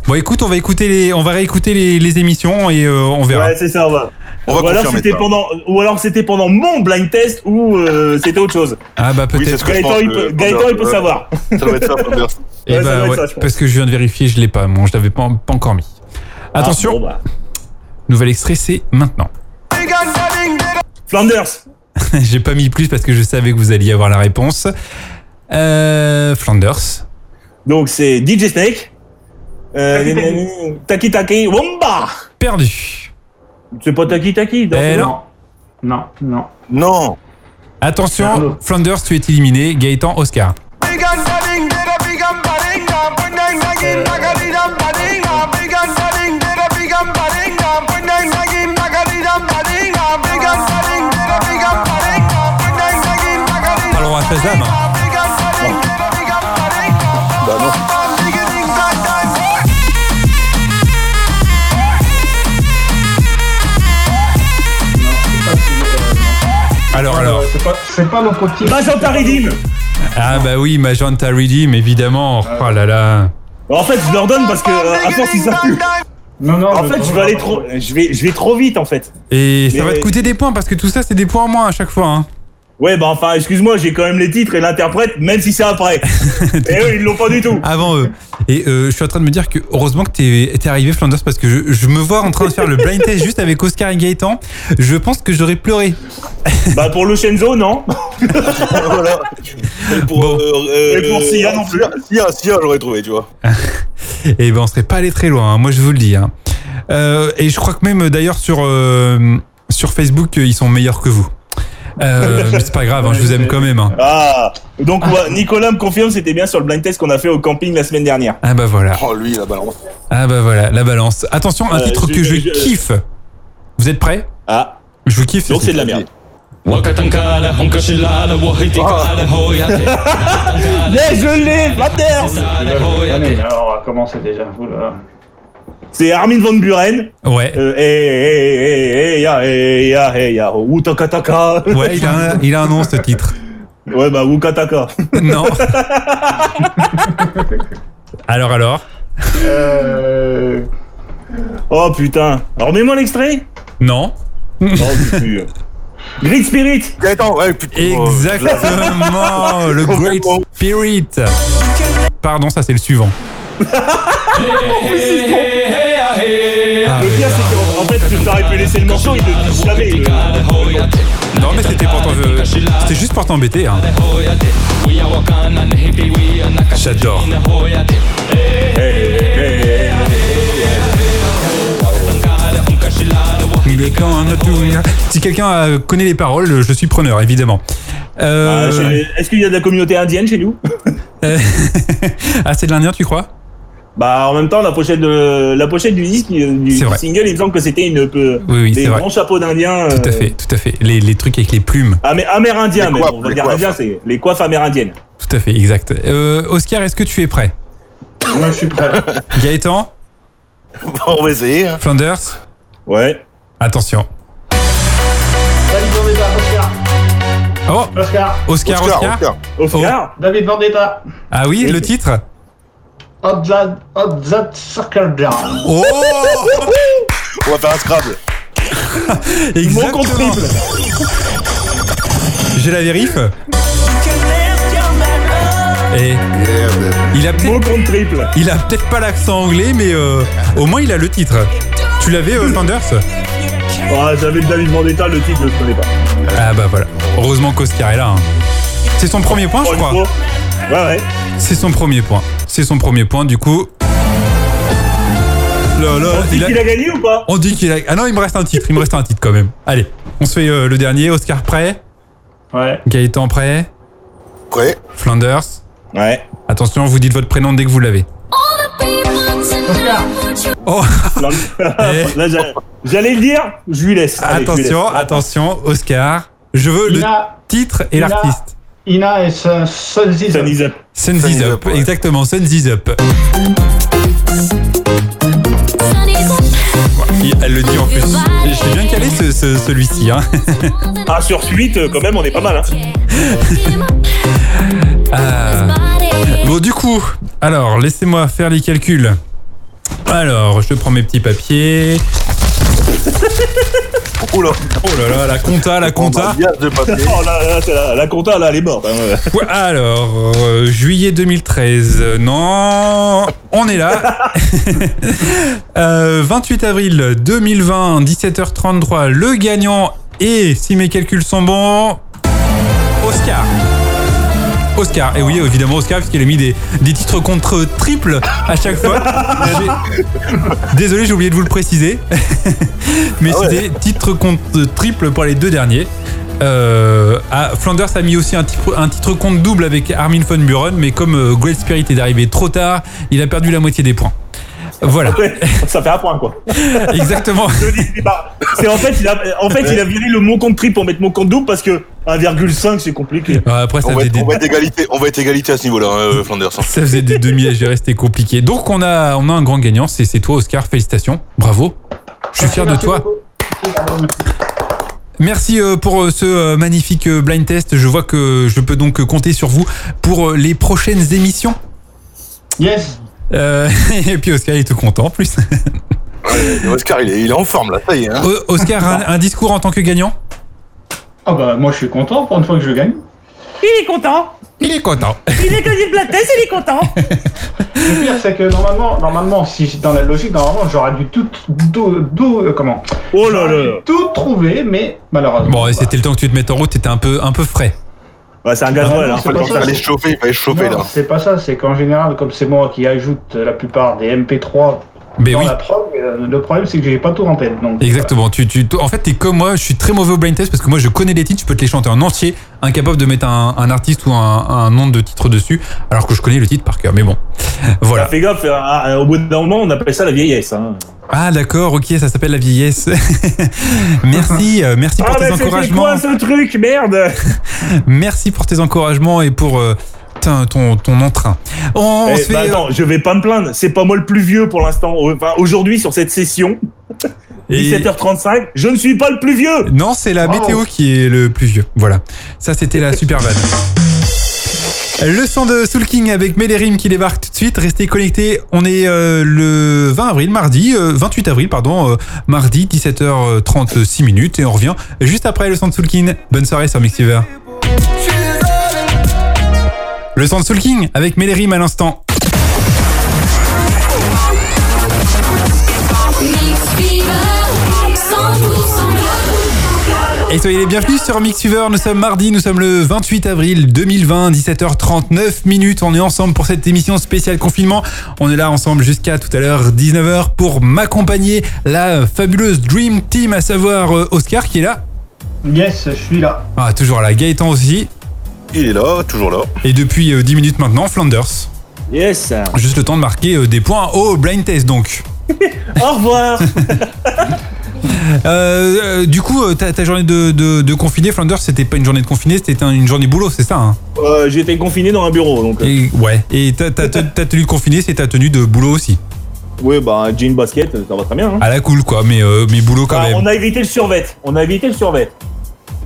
S1: Bon, écoute, on va écouter les, on va réécouter les, les émissions et euh, on verra.
S4: Ouais, c'est ça, on va.
S6: On va
S4: ou, alors
S6: confirmer
S4: c'était
S6: ça.
S4: pendant, ou alors c'était pendant mon blind test ou euh, c'était autre chose.
S1: Ah bah
S6: Oui, c'est
S1: peut-être.
S6: ce que je
S4: Gaëtan,
S6: pense,
S4: il
S6: euh,
S4: peut,
S6: Flanders,
S4: Gaëtan, il peut
S6: ouais.
S4: savoir.
S6: Ça doit être ça, Flanders.
S1: Eh bah,
S4: ouais, ça doit être
S1: ouais,
S4: ça, je pense.
S1: parce que je viens de vérifier, je l'ai pas. Bon, je l'avais pas, pas encore mis. Attention,
S4: Ah, bon, bah.
S1: nouvel extrait, c'est maintenant.
S4: Flanders,
S1: J'ai pas mis plus parce que je savais que vous alliez avoir la réponse. Euh, Flanders.
S4: donc c'est DJ Snake. Euh,
S7: Taki Taki.
S4: nanani, taki taki, womba
S1: Perdu.
S4: C'est pas taki taki dans
S1: Eh
S4: ce-
S1: non.
S7: Non, non.
S6: Non
S1: Attention,
S7: Arnaud.
S1: Flanders, tu es éliminé. Gaëtan, Oscar. Pas le droit à Shazam.
S6: Bah non.
S1: Alors, alors.
S7: Euh, C'est pas, c'est pas notre type.
S4: Magenta Redeem
S1: Ah bah oui, Magenta Redeem, évidemment. Oh là là.
S4: En fait, je leur donne parce que, euh, à force, ils s'appuient.
S7: Non, non.
S4: En
S7: mais-
S4: fait, je vais aller trop, je vais, je vais trop vite, en fait.
S1: Et ça
S4: Mais-
S1: va te coûter des points parce que tout ça, c'est des points en moins à chaque fois. hein.
S4: Ouais, bah enfin, excuse-moi, j'ai quand même les titres et l'interprète, même si c'est après. et eux, ils l'ont pas du tout.
S1: Avant eux. Et euh, je suis en train de me dire que heureusement que t'es t'es arrivé, Flanders, parce que je, je me vois en train de faire le blind test juste avec Oscar et Gaëtan. Je pense que j'aurais pleuré.
S4: bah, pour le Shenzo, non.
S6: voilà. Et pour,
S1: Bon.
S6: euh,
S4: Et pour Sia non plus.
S6: Sia, Sia, j'aurais trouvé, tu vois.
S1: Et ben on serait pas allé très loin, hein, moi je vous le dis. hein. Euh, et je crois que même d'ailleurs sur, euh, sur Facebook, euh, ils sont meilleurs que vous. Euh, mais c'est pas grave, hein, je vous aime quand même. hein.
S4: Ah. Donc, ouais, Nicolas me confirme, c'était bien sur le blind test qu'on a fait au camping la semaine dernière.
S1: Ah bah voilà,
S6: Oh, lui, la balance.
S1: ah bah voilà, la balance. Attention, un
S4: Euh,
S1: titre
S4: je-
S1: que je,
S4: je-
S1: kiffe. Vous êtes prêts
S4: Ah.
S1: Je vous kiffe. ce
S4: Donc, c'est de
S1: titre.
S4: la merde. Ah. Mais je l'ai, Flanders
S7: Ouais, mais alors, comment c'est déjà Oula.
S4: C'est Armin Van Buren.
S1: Ouais.
S4: Euh, eh, eh, eh, eh, ya, eh, ya, eh, ya, oh, Wutakataka.
S1: Ouais, il a, un, il a un nom ce titre.
S4: Ouais, bah, Wukataka.
S1: Non. Alors, alors
S7: Euh.
S4: Oh, putain. Alors, mets-moi l'extrait.
S1: Non.
S4: Oh, putain. Grid Spirit.
S6: Gaëtan, Eh, ouais,
S4: Oh,
S6: putain.
S1: Exactement, le Great Spirit. Pardon, ça c'est le suivant. Ah,
S4: Le pire, c'est qu'en en fait, tu t'aurais pu laisser le morceau, il le dit jamais. le-
S1: Ah, mais- non mais c'était pour t'en- euh, c'était juste pour t'embêter. hein. J'adore. Mais quand on a tout- Si quelqu'un euh, connaît les paroles, je suis preneur évidemment.
S4: Ah,
S1: Euh,
S4: j'ai- Est-ce qu'il y a de la communauté indienne chez nous
S1: euh, ah c'est de l'Indien, tu crois
S4: Bah, en même temps, la pochette, de, la pochette du disque, euh, du,
S1: C'est
S4: du
S1: vrai.
S4: single, il me semble que c'était une peu
S1: Oui, oui,
S4: des euh.
S1: c'est vrai.
S4: grands chapeaux d'indiens.
S1: Tout à fait, tout à fait. Les, les trucs avec les plumes.
S4: amérindiens,
S6: Les
S4: mais
S6: coiffes,
S4: on va
S6: les
S4: dire
S6: coiffes.
S4: indiens, c'est les coiffes amérindiennes.
S1: Tout à fait, exact. Euh, Oscar, est-ce que tu es prêt
S7: Moi, je suis prêt.
S1: Gaëtan
S6: On va essayer. hein.
S1: Flanders
S4: Ouais.
S1: Attention.
S7: David Vendetta, Oscar.
S1: Oh
S7: Oscar.
S1: Oscar, Oscar,
S6: Oscar.
S1: Oh.
S4: Oscar
S7: David Vendetta.
S1: Ah oui, le titre
S7: Hot that, hot that sucker down.
S1: Oh
S6: On va faire un Scrabble.
S4: Mon compte
S1: Exactement
S4: triple
S1: J'ai la vérif Et il a
S4: Mon
S1: peut-être
S4: compte triple
S1: il a peut-être pas l'accent anglais, mais euh, au moins il a le titre. Tu l'avais, euh, Flanders
S4: Ah, J'avais le David Vendetta, le titre, je connais pas.
S1: Ah bah voilà. Heureusement qu'Oscar est là. hein. C'est son premier point, je
S4: Oh,
S1: crois.
S4: il faut. Ouais, ouais.
S1: C'est son premier point. C'est son premier point, du coup. Là, là, il
S4: Il
S1: a-
S4: a... gagné ou pas
S1: On dit qu'il a. Ah non, il me reste un titre, il me reste un titre quand même. Allez, on se fait euh, le dernier. Oscar prêt,
S7: Ouais.
S1: Gaëtan prêt,
S6: Prêt
S1: Flanders.
S4: Ouais.
S1: Attention, vous dites votre prénom dès que vous l'avez. Oh,
S4: Non, mais- Là, j'a- j'allais le dire, je lui laisse. Allez, je lui laisse.
S1: attention, attention, Oscar. Je veux le
S7: Ina,
S1: titre et
S7: Ina.
S1: l'artiste.
S7: Ina et son son zizi.
S4: Ça n'ise-
S1: Sun's
S6: Sun's
S1: is up,
S6: Up, ouais.
S1: exactement, Sun's is up. Il- Elle le dit en plus. Je suis bien calé ce- ce- celui-ci. Hein.
S4: Ah, sur 8, euh, quand même, on est pas mal. Hein.
S1: Ah. Bon, du coup, alors, laissez-moi faire les calculs. Alors, je prends mes petits papiers.
S6: Oula.
S1: Oh là là, la compta, la compta.
S6: Un bias de papier.
S4: Oh, là, là, c'est la, la compta, là, elle est morte. hein, ouais.
S1: Ouais, alors, euh, juillet 2013, euh, non, on est là. Euh, 28 avril 2020, 17h33, le gagnant, et si mes calculs sont bons, Oscar. Oscar. Et oui, évidemment, Oscar, parce qu'il a mis des, des titres contre triple à chaque fois. J'ai- Désolé, j'ai oublié de vous le préciser. Mais c'était titre contre triple pour les deux derniers. Euh, ah, Flanders a mis aussi un titre, un titre compte double avec Armin von Buren, mais comme euh, Great Spirit est arrivé trop tard, il a perdu la moitié des points. Voilà,
S4: Ouais, ça fait un point quoi.
S1: exactement.
S4: Je dis, c'est pas- C'est en fait, il a, en fait, il a viré le mot contre triple pour mettre mot contre double parce que 1,5 c'est compliqué.
S1: Ouais, Après, ça
S6: On va,
S1: faisait
S6: être,
S1: des,
S6: on va être égalité, on va être égalité à ce niveau-là, hein, euh, Flanders. hein.
S1: ça faisait des demi à gérer, c'était compliqué. Donc, on a, on a un grand gagnant, c'est c'est toi, Oscar. Félicitations, bravo. Je suis fier de toi. Merci euh, pour euh, ce euh, magnifique euh, blind test. Je vois que je peux donc euh, compter sur vous pour euh, les prochaines émissions.
S7: Yes
S1: Euh, et puis Oscar il est tout content en plus.
S6: Oscar, il est, il est en forme là, ça y est. hein.
S1: O- Oscar, un, un discours en tant que gagnant
S7: Ah bah moi je suis content pour une fois que je gagne.
S4: Il est content.
S1: Il est content.
S4: Il est connu de la tête, il est content.
S7: Le pire c'est que normalement, normalement, si dans la logique, normalement j'aurais dû tout, do- do- euh, comment
S4: Oh là là.
S7: Tout trouver, mais malheureusement.
S1: Bon, et c'était le temps que tu te mettes en route, t'étais un peu, un peu frais.
S4: Ouais, c'est un gars de voile,
S7: Ah, non,
S4: hein.
S7: c'est pas
S6: Il
S7: ça.
S6: fallait se chauffer, il fallait se chauffer
S7: Non,
S6: là.
S7: C'est pas ça, c'est qu'en général, comme c'est moi qui ajoute euh, la plupart des MP3
S1: Mais Eh
S7: dans
S1: Ben oui,
S7: la prog, euh, le problème c'est que j'ai pas tout en tête. Donc,
S1: exactement. Tu, tu, en fait, t'es comme moi, je suis très mauvais au blind test parce que moi je connais les titres, je peux te les chanter en entier, incapable de mettre un, un artiste ou un, un nom de titre dessus, alors que je connais le titre par cœur. Mais bon,
S4: Ça
S1: voilà.
S4: fait gaffe, euh, au bout d'un moment, on appelle ça la vieillesse. Hein.
S1: Ah d'accord, ok, ça s'appelle la vieillesse. merci, euh, merci pour
S4: Ah,
S1: tes
S4: mais c'était
S1: encouragements.
S4: quoi ce truc, merde
S1: Merci pour tes encouragements et pour euh, ton, ton, ton entrain. On,
S4: Eh,
S1: se fait. euh,
S4: bah, Attends, je vais pas me plaindre, c'est pas moi le plus vieux pour l'instant. Enfin, aujourd'hui, sur cette session,
S1: euh, et-
S4: 17h35, je ne suis pas le plus vieux
S1: Non, c'est la
S7: Wow.
S1: météo qui est le plus vieux. Voilà. Ça, c'était la super vanne. Le son de Soul King avec Mélérim qui débarque tout de suite. Restez connectés. On est euh, le 20 avril, mardi, euh, 28 avril, pardon, euh, mardi, 17h36 minutes. Et on revient juste après le son de Soul King. Bonne soirée sur Mixiver. Le son de Soul King avec Mélérim à l'instant.
S5: Mix Fever, 100%
S1: Et soyez les bienvenus sur Mixuver, nous sommes mardi, nous sommes le 28 avril 2020, 17h39 minutes, on est ensemble pour cette émission spéciale confinement, on est là ensemble jusqu'à tout à l'heure 19h pour m'accompagner la fabuleuse Dream Team, à savoir euh, Oscar qui est là,
S7: Yes, je suis là.
S1: ah, toujours là, Gaëtan aussi,
S6: Il est là, toujours là.
S1: et depuis euh, 10 minutes maintenant, Flanders,
S4: Yes
S1: juste le temps de marquer euh, des points au blind test donc.
S4: Au revoir
S1: Euh, euh, du coup, euh, ta, ta journée de, de, de confiné, Flanders, c'était pas une journée de confiné, c'était un- une journée boulot, c'est ça hein
S4: Euh, J'étais confiné dans un bureau, donc. euh,
S1: Et ouais. Et ta, ta- ta- ta tenue de confiné, c'est ta tenue de boulot aussi.
S4: Oui, bah, un jean basket, ça va très bien. hein.
S1: À la cool, quoi, mais, euh, mais boulot quand
S4: Ah,
S1: même.
S4: on a évité le survêt. On a évité le survêt.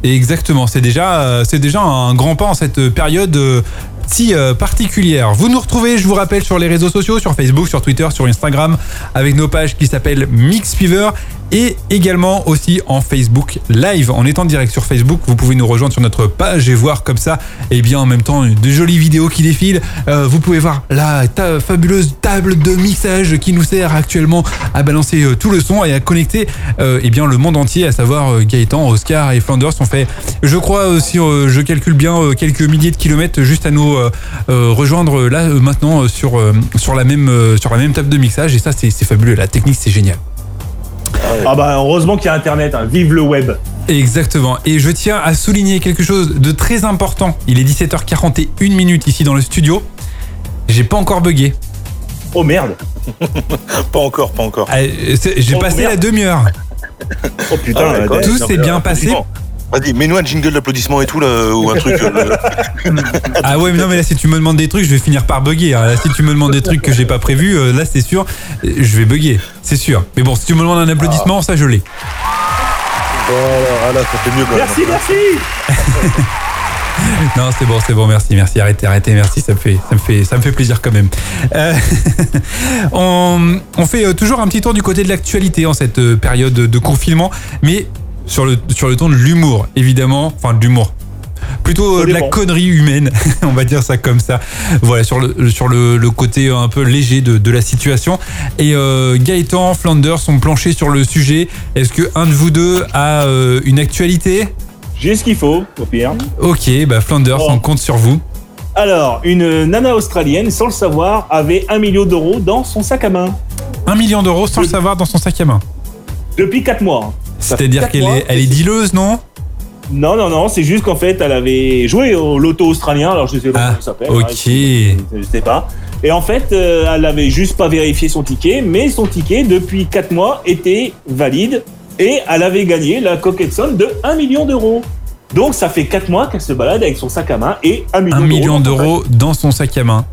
S1: Et Exactement. C'est déjà, euh, c'est déjà un grand pas en cette période. euh, si euh, particulière. Vous nous retrouvez, je vous rappelle, sur les réseaux sociaux, sur Facebook, sur Twitter, sur Instagram, avec nos pages qui s'appellent Mix Fever et également aussi en Facebook Live. En étant direct sur Facebook, vous pouvez nous rejoindre sur notre page et voir comme ça, et bien en même temps, de jolies vidéos qui défilent. Euh, vous pouvez voir la ta- fabuleuse table de mixage qui nous sert actuellement à balancer euh, tout le son et à connecter euh, eh bien, le monde entier, à savoir euh, Gaëtan, Oscar et Flanders. On fait, je crois, euh, si euh, je calcule bien, euh, quelques milliers de kilomètres juste à nous euh, euh, rejoindre euh, là euh, maintenant euh, sur, euh, sur, la même, euh, sur la même table de mixage. Et ça, c'est c'est fabuleux. La technique, c'est génial.
S4: Ah, bah, heureusement qu'il y a Internet. hein. Vive le web.
S1: Exactement. Et je tiens à souligner quelque chose de très important. Il est 17h41 minutes ici dans le studio. J'ai pas encore bugué.
S4: Oh merde.
S6: Pas encore, pas encore.
S1: Ah, euh, c'est- J'ai
S4: Oh,
S1: passé
S4: merde.
S1: la demi-heure.
S4: Oh putain,
S6: Ah,
S4: la
S6: d'accord.
S4: date.
S1: Tout
S6: non,
S1: s'est
S6: mais,
S1: bien
S6: euh,
S1: passé.
S6: effectivement. Vas-y, mets-nous un jingle d'applaudissements et tout là, ou un truc. euh, le-
S1: Ah ouais, mais non, mais là, si tu me demandes des trucs, je vais finir par bugger. hein. Là, si tu me demandes des trucs que j'ai pas prévus, euh, là, c'est sûr, euh, je vais bugger. C'est sûr. Mais bon, si tu me demandes un applaudissement, ça, je l'ai.
S6: Voilà, ah là, ça fait mieux quand même.
S4: Merci, merci.
S1: Non, c'est bon, c'est bon, merci, merci, arrêtez, arrêtez, merci, ça me fait, ça me fait, ça me fait plaisir quand même. Euh, on, on fait euh, toujours un petit tour du côté de l'actualité en cette euh, période de confinement, mais sur le, sur le ton de l'humour, évidemment, enfin de l'humour. Plutôt euh, de la
S4: Absolument.
S1: connerie humaine, on va dire ça comme ça. Voilà, sur le, sur le, le côté euh, un peu léger de, de la situation. Et euh, Gaëtan, Flanders sont planchés sur le sujet. Est-ce que un de vous deux a euh, une actualité
S4: J'ai ce qu'il faut, au pire.
S1: Ok, bah Flanders,
S4: Oh.
S1: on compte sur vous.
S4: Mm-hmm. Alors, une nana australienne, sans le savoir, avait un million d'euros dans son sac à main.
S1: Un million d'euros sans le savoir dans son sac à main.
S4: Depuis 4 mois. hein. Ça fait
S1: C'est-à-dire
S4: quatre
S1: qu'elle
S4: mois
S1: est, elle est dealeuse, non
S4: Non, non, non, c'est juste qu'en fait, elle avait joué au loto australien, alors je sais pas
S1: Ah,
S4: comment ça s'appelle.
S1: ok.
S4: hein, je je sais pas. Et en fait, euh, elle avait juste pas vérifié son ticket, mais son ticket, depuis 4 mois, était valide et elle avait gagné la coquette somme de 1 million d'euros. Donc ça fait 4 mois qu'elle se balade avec son sac à main et 1 million
S1: Un
S4: d'euros.
S1: million
S4: dans son
S1: d'euros dans son sac à main.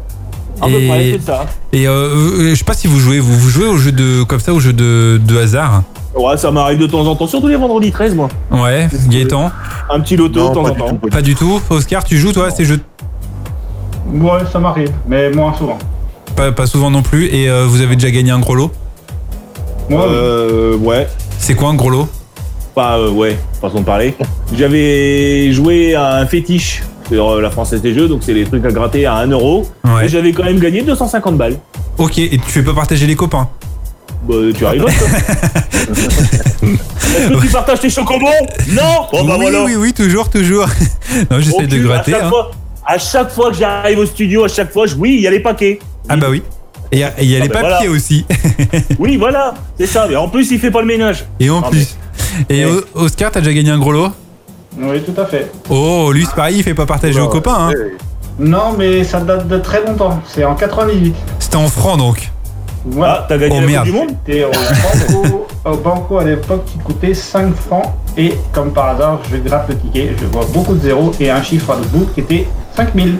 S4: sac. À peu près,
S1: Et-
S4: c'est ça.
S1: Et euh, euh, je sais pas si vous jouez, vous, vous jouez au jeu de comme ça, au jeu de, de hasard.
S4: Ouais, ça m'arrive de temps en temps, surtout les vendredis 13, moi.
S1: Ouais, Gaëtan.
S4: Un petit loto
S6: Non,
S4: de temps
S6: pas
S4: en
S6: du tout,
S4: temps.
S6: pas du
S1: Pas du tout. Oscar, tu joues toi à ces jeux
S7: Ouais, ça m'arrive, mais moins souvent.
S1: pas, pas souvent non plus. Et euh, vous avez déjà gagné un gros lot.
S7: Moi, oui.
S4: Euh, ouais.
S1: C'est quoi un gros lot
S4: Pas euh, ouais, façon de parler. J'avais joué à un fétiche sur euh, la Française des Jeux, donc c'est les trucs à gratter à 1 euro.
S1: Ouais.
S4: Et j'avais quand même gagné 250 balles.
S1: Ok, et tu fais pas partager les copains.
S4: Bah, tu arrives. toi. Est-ce que tu partages tes chocobons Non Bon bah
S1: oui,
S4: voilà.
S1: oui, oui, toujours, toujours. non,
S4: Au
S1: j'essaie
S4: cul,
S1: de gratter.
S4: À chaque,
S1: hein.
S4: fois, à chaque fois que j'arrive au studio, à chaque fois, je... oui, il y a les paquets.
S1: Ah bah oui. Et il y a, et il y a
S4: Ah
S1: les
S4: bah
S1: papiers
S4: voilà.
S1: aussi.
S4: Oui, voilà, c'est ça. Et en plus, il fait pas le ménage.
S1: Et en
S4: Ah,
S1: plus. Et
S4: Eh.
S1: O- Oscar, t'as déjà gagné un gros lot
S7: oui, tout à fait.
S1: Oh, lui, c'est pareil, il fait pas partager aux copains. Hein.
S7: Non, mais ça date de très longtemps. C'est en 98.
S1: C'était en francs donc.
S4: Ah,
S7: Voilà.
S4: t'as gagné
S1: Oh,
S4: la Coupe
S1: merde.
S4: du Monde
S7: C'était au banco, au banco à l'époque qui coûtait 5 francs. Et comme par hasard, je gratte le ticket. Je vois beaucoup de zéros et un chiffre à l'autre bout qui était 5000.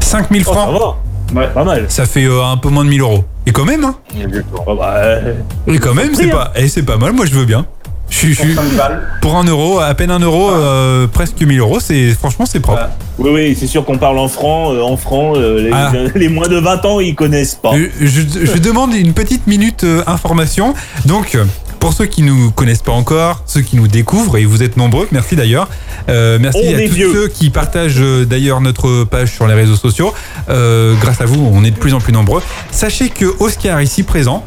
S1: 5000
S4: Oh, ça
S1: francs.
S4: va,
S7: Ouais. bah,
S4: pas mal.
S1: Ça fait euh, un peu moins de 1000 euros. Et quand même, hein.
S4: Ah bah, euh,
S1: Et quand même, c'est
S4: Rien.
S1: pas, eh, c'est pas mal, moi je veux bien. Je suis, je
S7: Pour
S1: suis-
S7: 5 balles.
S1: pour un euro, à peine un euro, euh, presque 1000 euros, c'est, franchement c'est propre.
S4: Oui, oui, c'est sûr qu'on parle en francs. euh, en francs, euh, les,
S1: Ah.
S4: les moins de 20 ans, ils connaissent pas.
S1: Euh, Je, je- je demande une petite minute euh, information. Donc, euh, pour ceux qui nous connaissent pas encore, ceux qui nous découvrent, et vous êtes nombreux, merci d'ailleurs. Euh, merci
S4: On
S1: à
S4: est
S1: tous
S4: vieux.
S1: ceux qui partagent euh, d'ailleurs notre page sur les réseaux sociaux. Euh, grâce à vous, on est de plus en plus nombreux. Sachez que Oscar, ici présent,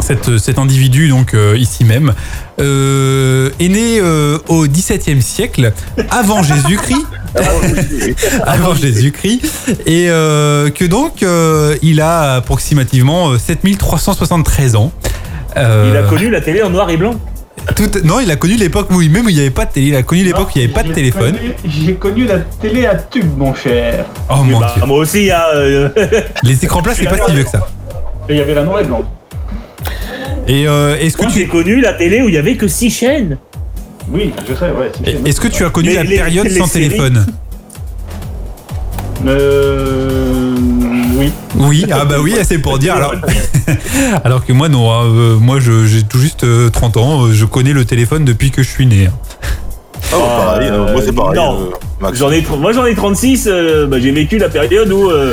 S1: cette- cet individu, donc euh, ici même, euh, est né euh, au XVIIe siècle, avant Jésus-Christ.
S4: Ah
S1: avant Jésus-Christ. Et euh, que donc, euh, il a approximativement euh, 7373 ans. Euh,
S4: Il a connu la télé en noir et blanc.
S1: tout- non, il a connu l'époque où il- même où il n'y avait pas de télé. Il a connu l'époque où il n'y avait pas de
S7: J'ai
S1: téléphone.
S7: connu- J'ai connu la télé à tube, mon cher.
S1: Oh mon
S4: Bah,
S1: dieu.
S4: moi aussi, hein, euh,
S1: Les écrans plats, c'est pas si vieux que ça.
S7: Et il y avait la noire et blanc.
S1: Et euh, est-ce que
S4: moi, j'ai
S1: tu,
S4: connu la télé où il y avait que 6 chaînes.
S7: Oui, je sais, ouais. si c'est-
S1: est-ce que tu as connu
S4: Les-
S1: la
S4: les-
S1: période
S4: les
S1: sans
S4: séries.
S1: téléphone
S7: Euh. Oui.
S1: Oui, ah bah oui, c'est pour dire. Alors, alors que moi, non, hein, euh, moi je- j'ai tout juste euh, 30 ans, euh, je connais le téléphone depuis que je suis né. hein.
S6: Ah, ouais, pareil,
S4: Euh,
S6: moi c'est pareil.
S4: non.
S6: euh,
S1: Ah,
S6: Max.
S4: J'en ai, moi, j'en ai 36. euh, bah, j'ai vécu la période où, euh,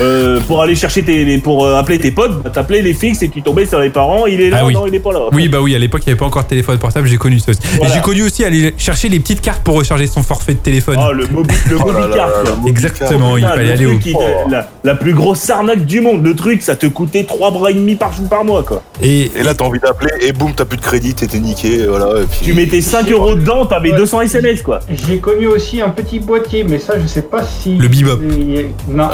S4: euh, pour aller chercher tes, les- pour euh, appeler tes potes, bah, t'appelais les fixes et tu tombais sur les parents. Il est là,
S1: Ah oui.
S4: non, il est pas là.
S1: Oui, bah oui, à l'époque il n'y avait pas encore de téléphone portable, j'ai connu ça aussi. Et
S4: Voilà.
S1: j'ai connu aussi aller chercher les petites cartes pour recharger son forfait de téléphone.
S4: Oh, le mobi, le
S6: Oh là là
S4: Mobicard,
S6: là
S4: quoi.
S6: là, mon
S1: Exactement, il
S4: Putain,
S1: fallait
S4: le
S1: aller au.
S4: truc, il- la, la plus grosse arnaque du monde. Le truc, ça te coûtait 3 bras et demi par, par mois, quoi.
S1: Et,
S6: Et là, t'as envie d'appeler, et boum, t'as plus de crédit, t'es t'es niqué, voilà. Et puis...
S4: Tu mettais 5 euros dedans, t'avais
S7: Ouais.
S4: 200 SMS, quoi.
S7: J'ai connu aussi un petit boîtier, mais ça, je sais pas si.
S1: Le bebop.
S7: Il- Non,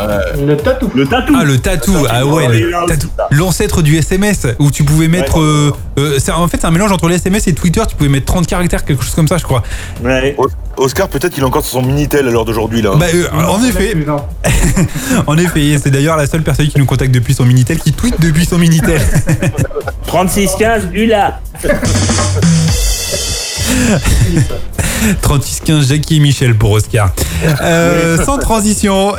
S7: le tatou.
S4: Le tatou. oh,
S1: Ah, le tatou, ah ouais,
S4: il
S1: le
S4: est là aussi,
S1: tatou.
S4: ça.
S1: L'ancêtre du SMS où tu pouvais mettre.
S4: Ouais.
S1: euh, euh, c'est- en fait, c'est un mélange entre les SMS et Twitter, tu pouvais mettre 30 caractères, quelque chose comme ça, je crois.
S4: Ouais.
S6: Os- Oscar, peut-être qu'il est encore sur son Minitel à l'heure d'aujourd'hui,
S4: Oh,
S6: là.
S1: Bah, euh, en effet,
S7: Non.
S1: en effet, et c'est d'ailleurs la seule personne qui nous contacte depuis son Minitel, qui tweet depuis son Minitel.
S4: 36 15 Ula.
S1: 3615 Jackie et Michel pour Oscar. Euh, sans transition,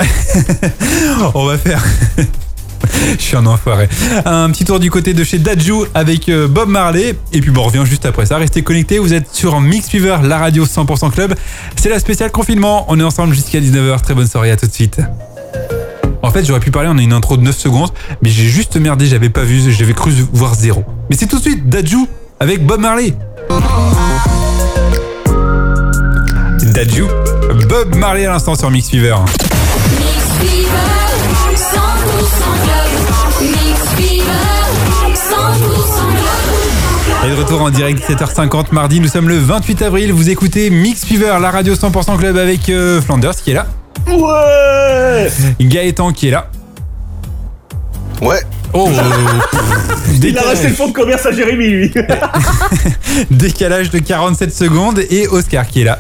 S1: on va faire. Je suis un enfoiré. Un petit tour du côté de chez Dajou avec euh, Bob Marley. Et puis bon, on revient juste après ça. Restez connectés, vous êtes sur Mix Fever, la radio 100% club. C'est la spéciale confinement. On est ensemble jusqu'à 19h. Très bonne soirée, à tout de suite. En fait, j'aurais pu parler, on a une intro de 9 secondes, mais j'ai juste merdé, j'avais pas vu, j'avais cru voir zéro. Mais c'est tout de suite Dajou avec Bob Marley. Dadju, Bob Marley à l'instant sur Mix Fever.
S5: Mix Fever, 100% club. Mix Fever, 100% club.
S1: Et de retour en direct 7h50 mardi, nous sommes le 28 avril, vous écoutez Mix Fever, la radio 100% club avec euh, Flanders qui est là.
S4: Ouais
S1: Gaëtan qui est là.
S6: Ouais.
S1: Oh
S4: Il a resté le fonds de commerce à Jérémy, lui.
S1: Décalage de 47 secondes et Oscar qui est là.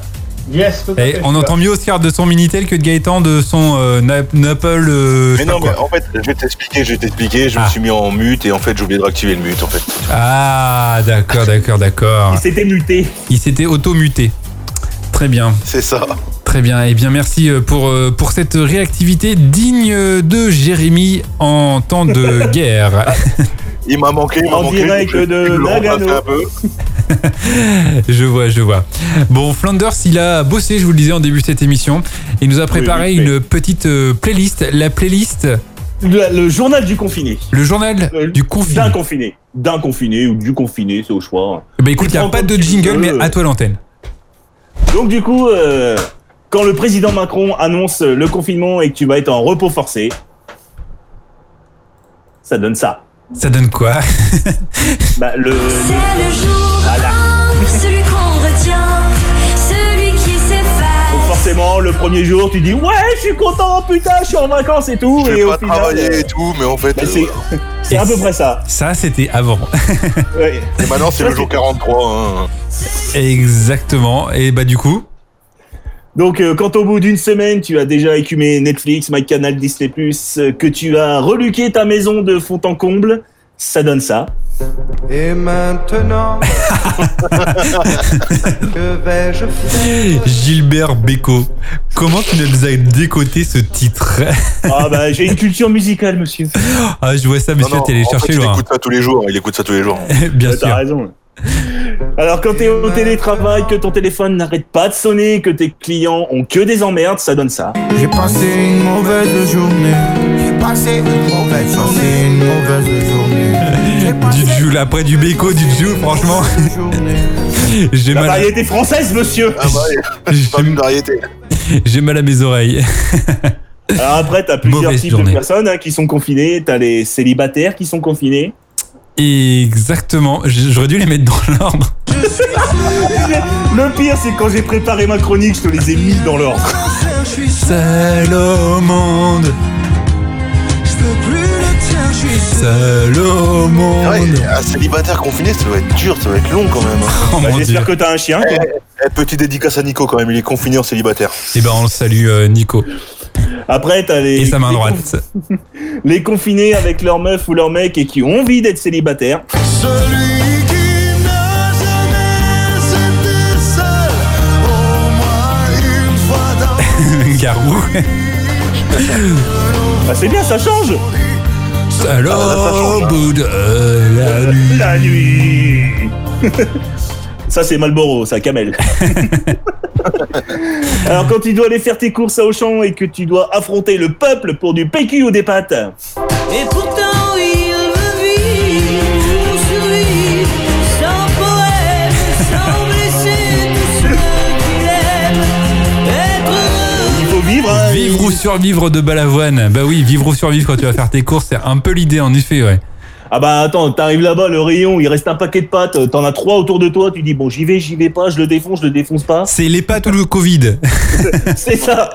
S7: Yes, tout à
S1: Et
S7: fait,
S1: on
S7: je
S1: entend mieux Oscar de son Minitel que de Gaëtan de son euh, Na- Apple. euh, je sais
S6: Mais non,
S1: pas
S6: mais
S1: quoi.
S6: en fait, je vais t'expliquer, je vais t'expliquer. Je
S1: Ah.
S6: me suis mis en mute et en fait, j'ai oublié de réactiver le mute en fait.
S1: Ah, d'accord, d'accord, d'accord.
S4: Il s'était muté.
S1: Il s'était auto-muté. Très bien,
S6: C'est ça.
S1: très bien. Eh bien, merci euh, pour, euh, pour cette réactivité digne de Jérémy en temps de guerre.
S6: Il m'a manqué, il m'a
S4: En
S6: manqué.
S4: direct
S6: je-
S4: de
S6: je l'ai remplacé
S4: Nagano.
S6: un peu.
S1: Je vois, je vois. Bon, Flanders, il a bossé, je vous le disais en début de cette émission. Il nous a préparé
S6: oui, oui.
S1: une petite euh, playlist. La playlist,
S4: Le, le journal du confiné.
S1: le journal
S4: Euh,
S1: du confiné.
S4: D'un confiné. D'un confiné ou du confiné, c'est au choix.
S1: Bah écoute, il n'y a
S4: Prends
S1: pas
S4: comme
S1: de
S4: tu
S1: jingle,
S4: veux.
S1: mais à toi l'antenne.
S4: Donc du coup, euh, quand le président Macron annonce le confinement et que tu vas être en repos forcé, ça donne ça.
S1: Ça donne quoi
S4: Bah, le,
S5: C'est le jour un, celui qu'on retient, celui qui
S4: donc
S5: s'efface.
S4: forcément, le premier jour, tu dis ouais, je suis content, putain, je suis en vacances et tout.
S6: Je
S4: et
S6: vais
S4: au
S6: pas
S4: final,
S6: travailler
S4: euh,
S6: et tout, mais en fait,
S4: bah,
S6: euh,
S4: c'est
S6: voilà.
S4: c'est à peu près ça.
S1: Ça, c'était avant.
S4: Ouais.
S6: euh, Et maintenant, c'est le jour 43. hein.
S1: Exactement. Et bah du coup,
S4: Donc, euh, quand au bout d'une semaine, tu as déjà écumé Netflix, MyCanal, Disney+, euh, que tu as reluqué ta maison de fond en comble, ça donne ça.
S10: Et maintenant, que vais-je faire
S1: Gilbert Beco, comment tu nous as décoté ce titre
S4: Ah bah, j'ai une culture musicale, monsieur.
S1: Ah, je vois ça,
S6: Non,
S1: monsieur,
S6: non,
S1: t'es allé
S6: en
S1: chercher
S6: fait, Il
S1: loin.
S6: écoute ça tous les jours. Il écoute ça tous les jours.
S1: Bien
S4: Ouais, Euh, T'as
S1: sûr.
S4: raison. Alors, quand t'es au télétravail, que ton téléphone n'arrête pas de sonner, que tes clients ont que des emmerdes, ça donne ça.
S10: J'ai passé une mauvaise journée. J'ai passé une mauvaise journée. une mauvaise journée. J'ai passé
S1: Du Jul, après du Beco, du Jul, franchement,
S10: une mauvaise journée.
S1: j'ai
S4: La
S1: mal,
S4: variété française, monsieur
S6: Ah bah, il y a pas
S1: j'ai-
S6: une variété.
S1: j'ai mal à mes oreilles.
S4: Alors après, t'as plusieurs
S1: Mauvaise
S4: types
S1: journée.
S4: de personnes hein, qui sont confinées. T'as les célibataires qui sont confinés.
S1: Exactement, J- j'aurais dû les mettre dans l'ordre.
S4: Le pire, c'est quand j'ai préparé ma chronique, je te les ai mis dans l'ordre.
S10: Je suis seul,
S1: Seul au monde,
S10: je veux plus le tien, je suis seul.
S1: seul au
S4: Oh
S1: monde.
S6: Ouais, un célibataire confiné, ça doit être dur, ça doit être long quand même. hein.
S1: Oh
S4: Bah,
S1: mon dieu.
S4: J'espère que t'as un chien. quoi.
S6: Eh, petite dédicace à Nico quand même, il est confiné en célibataire.
S1: Eh ben, on le salue, euh, Nico.
S4: Après, t'as les,
S1: Et sa main
S4: les
S1: droite.
S4: conf- les confinés avec leur meuf ou leur mec et qui ont envie d'être célibataires.
S10: Celui qui n'a jamais été seul, au moins une fois dans
S1: Garou.
S4: Bah, c'est bien, ça change. Ah,
S1: Seul au bout de la nuit.
S4: La nuit. ça, c'est Malboro, ça, Camel. Alors, quand tu dois aller faire tes courses à Auchan et que tu dois affronter le peuple pour du PQ ou des pâtes.
S5: Et pourtant il me vit, on survit, sans poème, sans blesser tous ceux qu'il aime. Être heureux,
S4: Il faut vivre. hein.
S1: Vivre ou survivre de Balavoine. Bah oui, vivre ou survivre quand tu vas faire tes courses, c'est un peu l'idée en effet, ouais.
S4: Ah bah attends, t'arrives là-bas, le rayon, il reste un paquet de pâtes, euh, t'en as trois autour de toi, tu dis bon j'y vais, j'y vais pas, je le défonce, je le défonce pas.
S1: C'est les pâtes ou le Covid.
S4: C'est ça.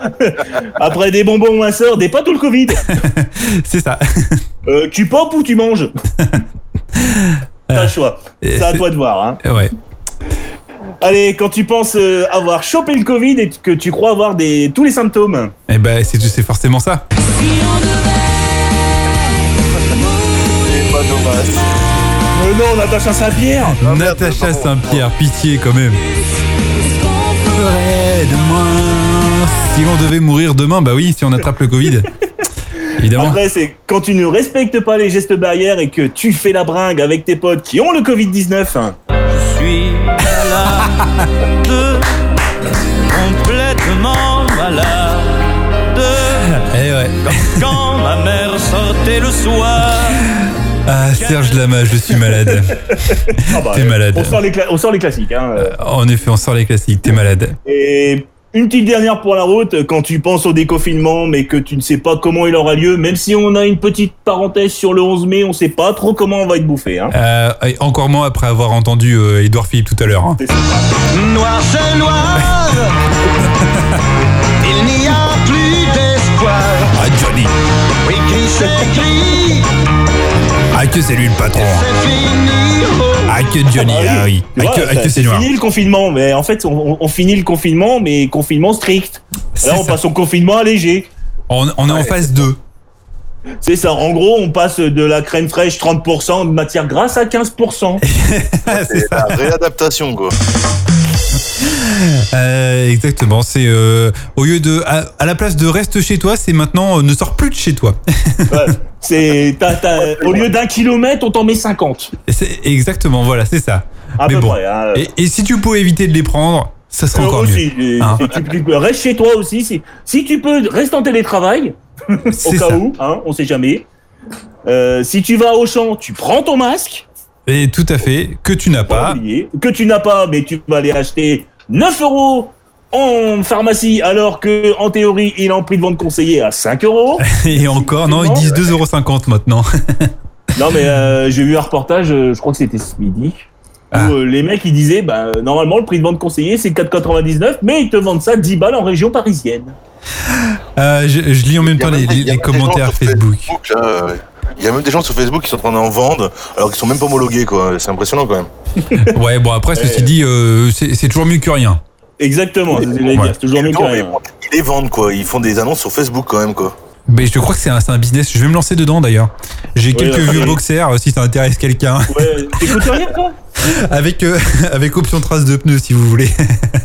S4: Après des bonbons ou un sort, des pâtes ou le Covid.
S1: C'est ça.
S4: Euh, tu popes ou tu manges T'as le choix.
S1: Euh,
S4: C'est à
S1: c'est-
S4: toi de voir. Hein.
S1: Ouais.
S4: Allez, quand tu penses euh, avoir chopé le Covid et que tu crois avoir des, tous les symptômes,
S1: Et bah c'est c'est forcément ça.
S6: C'est pas dommage.
S4: euh, non, on attache un Saint-Pierre.
S1: Natacha Saint-Pierre, pitié quand même.
S5: qu'on peut
S1: Près de moi. Si l'on devait mourir demain, bah oui, si on attrape le Covid. Évidemment.
S4: Après, c'est quand tu ne respectes pas les gestes barrières et que tu fais la bringue avec tes potes qui ont le Covid-19. hein.
S2: suis malade, complètement
S4: bah.
S2: malade.
S1: Eh ouais.
S2: Quand ma mère sortait le soir,
S1: Ah Serge Lama, je suis malade.
S4: Ah bah,
S1: T'es malade.
S4: On sort les, cla- on sort les classiques. Hein.
S1: En effet, on sort les classiques, t'es malade.
S4: Et une petite dernière pour la route, quand tu penses au déconfinement, mais que tu ne sais pas comment il aura lieu, même si on a une petite parenthèse sur le 11 mai, on ne sait pas trop comment on va être bouffé. Hein.
S1: Euh, et encore moins après avoir entendu euh, Edouard Philippe tout à l'heure. hein.
S2: noir c'est noir, il n'y a plus
S1: Ah, que c'est lui le patron. Ah que Johnny,
S4: Ah bah
S1: ah oui.
S4: oui. Tu
S1: Ah
S4: vois,
S1: que, ah
S4: ça-
S1: que c'est
S4: c'est
S1: noir.
S4: fini le confinement, mais en fait, on, on finit le confinement, mais confinement strict. Là, on passe au confinement allégé.
S1: On, est en phase 2.
S4: C'est ça. En gros, on passe de la crème fraîche 30% de matière grasse à 15%.
S6: C'est la Ah, réadaptation, quoi.
S1: Euh, exactement, c'est euh, au lieu de à, à la place de reste chez toi, c'est maintenant euh, ne sors plus de chez toi.
S4: Ouais. C'est t'as- t'as- au lieu d'un kilomètre, on t'en met 50.
S1: Et c'est- exactement, voilà, c'est ça.
S4: À
S1: Mais
S4: peu
S1: bon.
S4: près, hein.
S1: et, et si tu pouvais éviter de les prendre, ça serait
S4: Euh,
S1: encore
S4: aussi,
S1: mieux.
S4: euh,
S1: Hein.
S4: si tu- tu peux- reste chez toi aussi. Si, si tu peux, reste en télétravail. au
S1: C'est
S4: cas
S1: ça.
S4: où, hein, on sait jamais. Euh, si tu vas au champ, tu prends ton masque.
S1: Et tout à fait, que tu n'as pas.
S4: pas oublier, que tu n'as pas, mais tu vas aller acheter 9 euros en pharmacie, alors que en théorie, il est en prix de vente conseillé à 5 euros.
S1: Et encore, non, ils disent 2,50€ maintenant.
S4: Non, mais euh, j'ai vu un reportage, euh, je crois que c'était ce midi, où euh, les mecs ils disaient, bah, normalement, le prix de vente conseillé c'est 4,99, mais ils te vendent ça 10 balles en région parisienne.
S1: Euh, je, je lis en même temps les, les- les commentaires Facebook.
S6: Facebook, là, euh, Il y a même des gens sur Facebook qui sont en train d'en vendre alors qu'ils sont même pas homologués quoi. C'est impressionnant quand même.
S1: Ouais, bon, après, ceci dit, euh, c'est c'est toujours mieux que rien.
S4: Exactement, c'est ce que j'allais
S1: Ouais.
S4: dire, c'est toujours mieux que
S6: Non,
S4: rien.
S6: mais bon, ils les vendent quoi. Ils font des annonces sur Facebook quand même quoi.
S1: Mais je crois que c'est un, c'est un business. Je vais me lancer dedans d'ailleurs. J'ai
S6: Oui,
S1: quelques
S6: oui.
S1: vieux boxers euh, si ça intéresse quelqu'un.
S4: hein. Ouais, t'écoutes rien, toi
S1: avec, euh, avec option trace de pneus si vous voulez.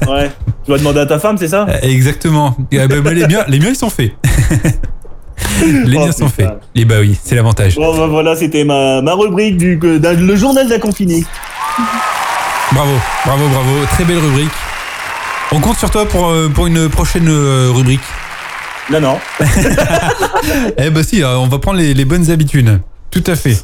S4: Ouais. Tu vas demander à ta femme, c'est ça
S1: Euh, Exactement. Eh ben, ben, les, miens, les miens, ils sont faits. les miens sont faits. Et bah oui, c'est l'avantage.
S4: Bon, bah, voilà, c'était ma, ma rubrique du que- d'un- le journal de la confinée.
S1: Bravo, bravo, bravo. Très belle rubrique. On compte sur toi pour, euh, pour une prochaine euh, rubrique.
S4: Non, non.
S1: eh ben si, euh, on va prendre les, les bonnes habitudes. Tout à fait.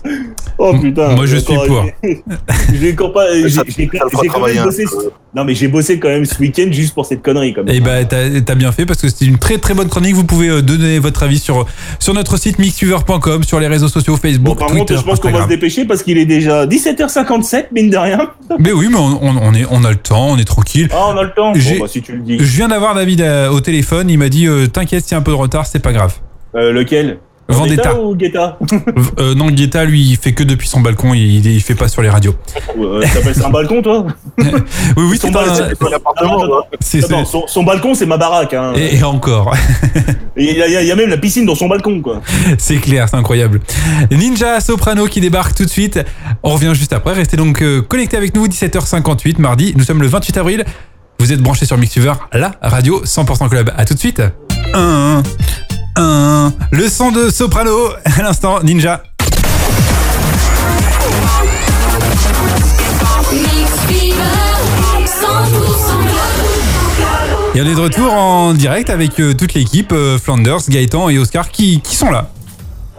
S4: Oh putain.
S1: Moi, je suis
S4: encore-
S1: pour.
S4: j'ai encore pas. J'ai
S1: Ça-
S4: j'ai- j'ai
S1: ça le fera
S4: quand
S1: travailler
S4: même
S1: un
S4: bossé.
S1: peu.
S4: Non, mais j'ai bossé quand même ce week-end juste pour cette connerie, comme.
S1: Et bah t'as t'as bien fait parce que c'était une très très bonne chronique. Vous pouvez euh, donner votre avis sur, sur notre site mixuver.com, sur les réseaux sociaux Facebook,
S4: Par
S1: Twitter,
S4: contre, je pense qu'on va se
S1: Instagram.
S4: dépêcher parce qu'il est déjà 17h57, mine de rien.
S1: Mais Ben oui, mais on, on- on est, on a le temps, on est tranquille.
S4: Ah, on a le temps.
S1: J'ai-
S4: Bon, bah, si tu le dis.
S1: Je viens d'avoir David euh, au téléphone, il m'a dit euh, t'inquiète, s'il y a un peu de retard, c'est pas grave.
S4: Euh, lequel
S1: Vendetta.
S4: ou Guetta
S1: V- euh, non, Guetta, lui, il fait que depuis son balcon, il, il fait pas sur les radios.
S4: Euh, T'appelles ça un balcon, toi
S1: Oui, oui, c'est
S4: Son
S1: un-
S4: balcon, Attends, attends,
S1: C'est-
S4: attends,
S1: c'est-
S4: son- son balcon, c'est ma baraque. hein.
S1: Et, et encore,
S4: Et Il y, a- il y a même la piscine dans son balcon,
S1: Euh,
S4: quoi.
S1: c'est clair, c'est incroyable. Ninja Soprano qui débarque tout de suite. On revient juste après. Restez donc euh, connectés avec nous, 17h58 mardi. Nous sommes le 28 avril. Vous êtes branchés sur Mixuver, la radio 100% Club. À tout de suite. Un, un. Le son de Soprano à l'instant, Ninja.
S5: Mix Fever, 100% Club.
S1: Et on est de retour en direct avec euh, toute l'équipe, euh, Flanders, Gaëtan et Oscar qui, qui sont là.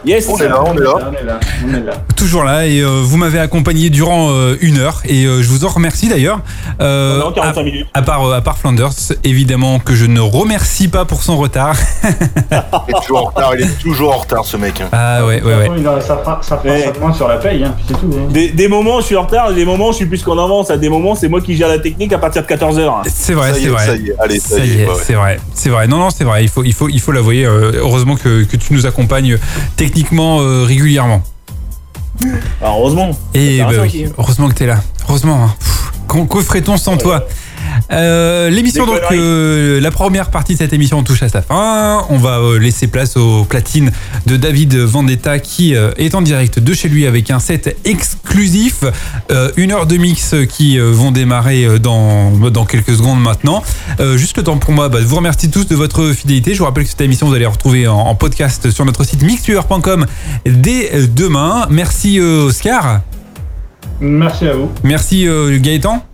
S4: Yes.
S6: On est là, Ah, on est là.
S7: On est là, on est là.
S1: Toujours là et euh, vous m'avez accompagné durant euh, une heure et euh, je vous en remercie d'ailleurs. Euh, à, à part euh, à part Flanders, évidemment que je ne remercie pas pour son retard.
S6: Il est toujours en retard. Il est toujours en retard ce mec. hein.
S1: ah ouais ouais ouais.
S7: Il en- ça fera, ça fera seulement sur la paye, hein, puis c'est tout. hein.
S4: Des, des moments, je suis en retard, des moments, je suis plus qu'en avance. À des moments, c'est moi qui gère la technique à partir de 14h.
S1: C'est vrai, c'est vrai.
S4: ça
S1: Ça
S4: y
S1: y
S4: est,
S1: est,
S4: ouais, ouais.
S1: c'est vrai, c'est vrai. Non, non, c'est vrai. Il faut, il faut, il faut l'avouer. Euh, heureusement que, que tu nous accompagnes techniquement euh, régulièrement.
S4: heureusement.
S1: Et
S4: Ça
S1: bah
S4: sert à ça
S1: oui,
S4: aussi.
S1: heureusement que t'es là. Heureusement. hein. Pff, qu'on- Que ferait-on sans toi Euh, L'émission,
S4: Des
S1: donc,
S4: conneries.
S1: euh, la première partie de cette émission touche à sa fin. On va euh, laisser place aux platines de David Vendetta qui euh, est en direct de chez lui avec un set exclusif. Euh, une heure de mix qui euh, vont démarrer euh, dans, dans quelques secondes maintenant. Euh, juste le temps pour moi, bah, je vous remercie tous de votre fidélité. Je vous rappelle que cette émission, vous allez la retrouver en, en podcast sur notre site mixtueur.com dès euh, demain. Merci euh, Oscar.
S7: Merci à vous.
S1: Merci euh, Gaëtan.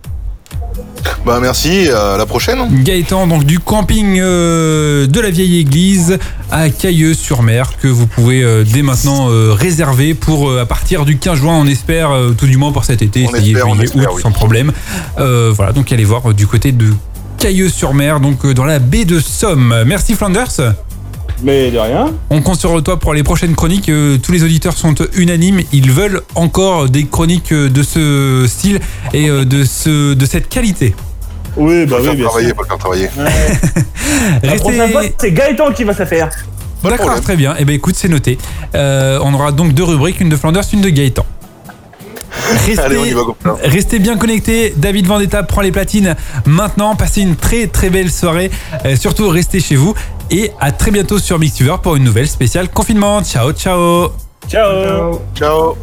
S6: Bah merci. À la prochaine.
S4: Ah
S1: Gaëtan, donc du camping euh, de la vieille église à Cailleux-sur-Mer, que vous pouvez euh, dès maintenant euh, réserver pour euh, à partir du 15 juin, on espère, euh, tout du moins pour cet été,
S6: On espère, on
S1: juillet, août,
S6: espère, oui.
S1: sans problème. Euh, voilà, donc allez voir euh, du côté de Cailleux-sur-Mer, donc euh, dans la baie de Somme. Merci Flanders.
S4: Mais de rien.
S1: On compte sur toi pour les prochaines chroniques. Euh, Tous les auditeurs sont unanimes. Ils veulent encore des chroniques euh, de ce style et euh, de, ce, de cette qualité.
S4: Oui, bah
S6: Faut le faire
S4: oui, bien
S6: travailler,
S4: sûr.
S6: faut le faire travailler.
S4: La prochaine fois, c'est Gaëtan qui va se faire.
S1: Bon, d'accord, très bien. Eh ben écoute, c'est noté. Euh, on aura donc deux rubriques, une de Flanders, une de Gaëtan. Restez,
S6: Allez, on y va comme ça.
S1: restez bien connectés. David Vendetta prend les platines maintenant. Passez une très très belle soirée. Euh, surtout, restez chez vous. Et à
S4: Euh,
S1: très bientôt sur Mixtuber pour une nouvelle spéciale confinement. Ciao, ciao.
S4: Ciao.
S7: Ciao.
S6: Ciao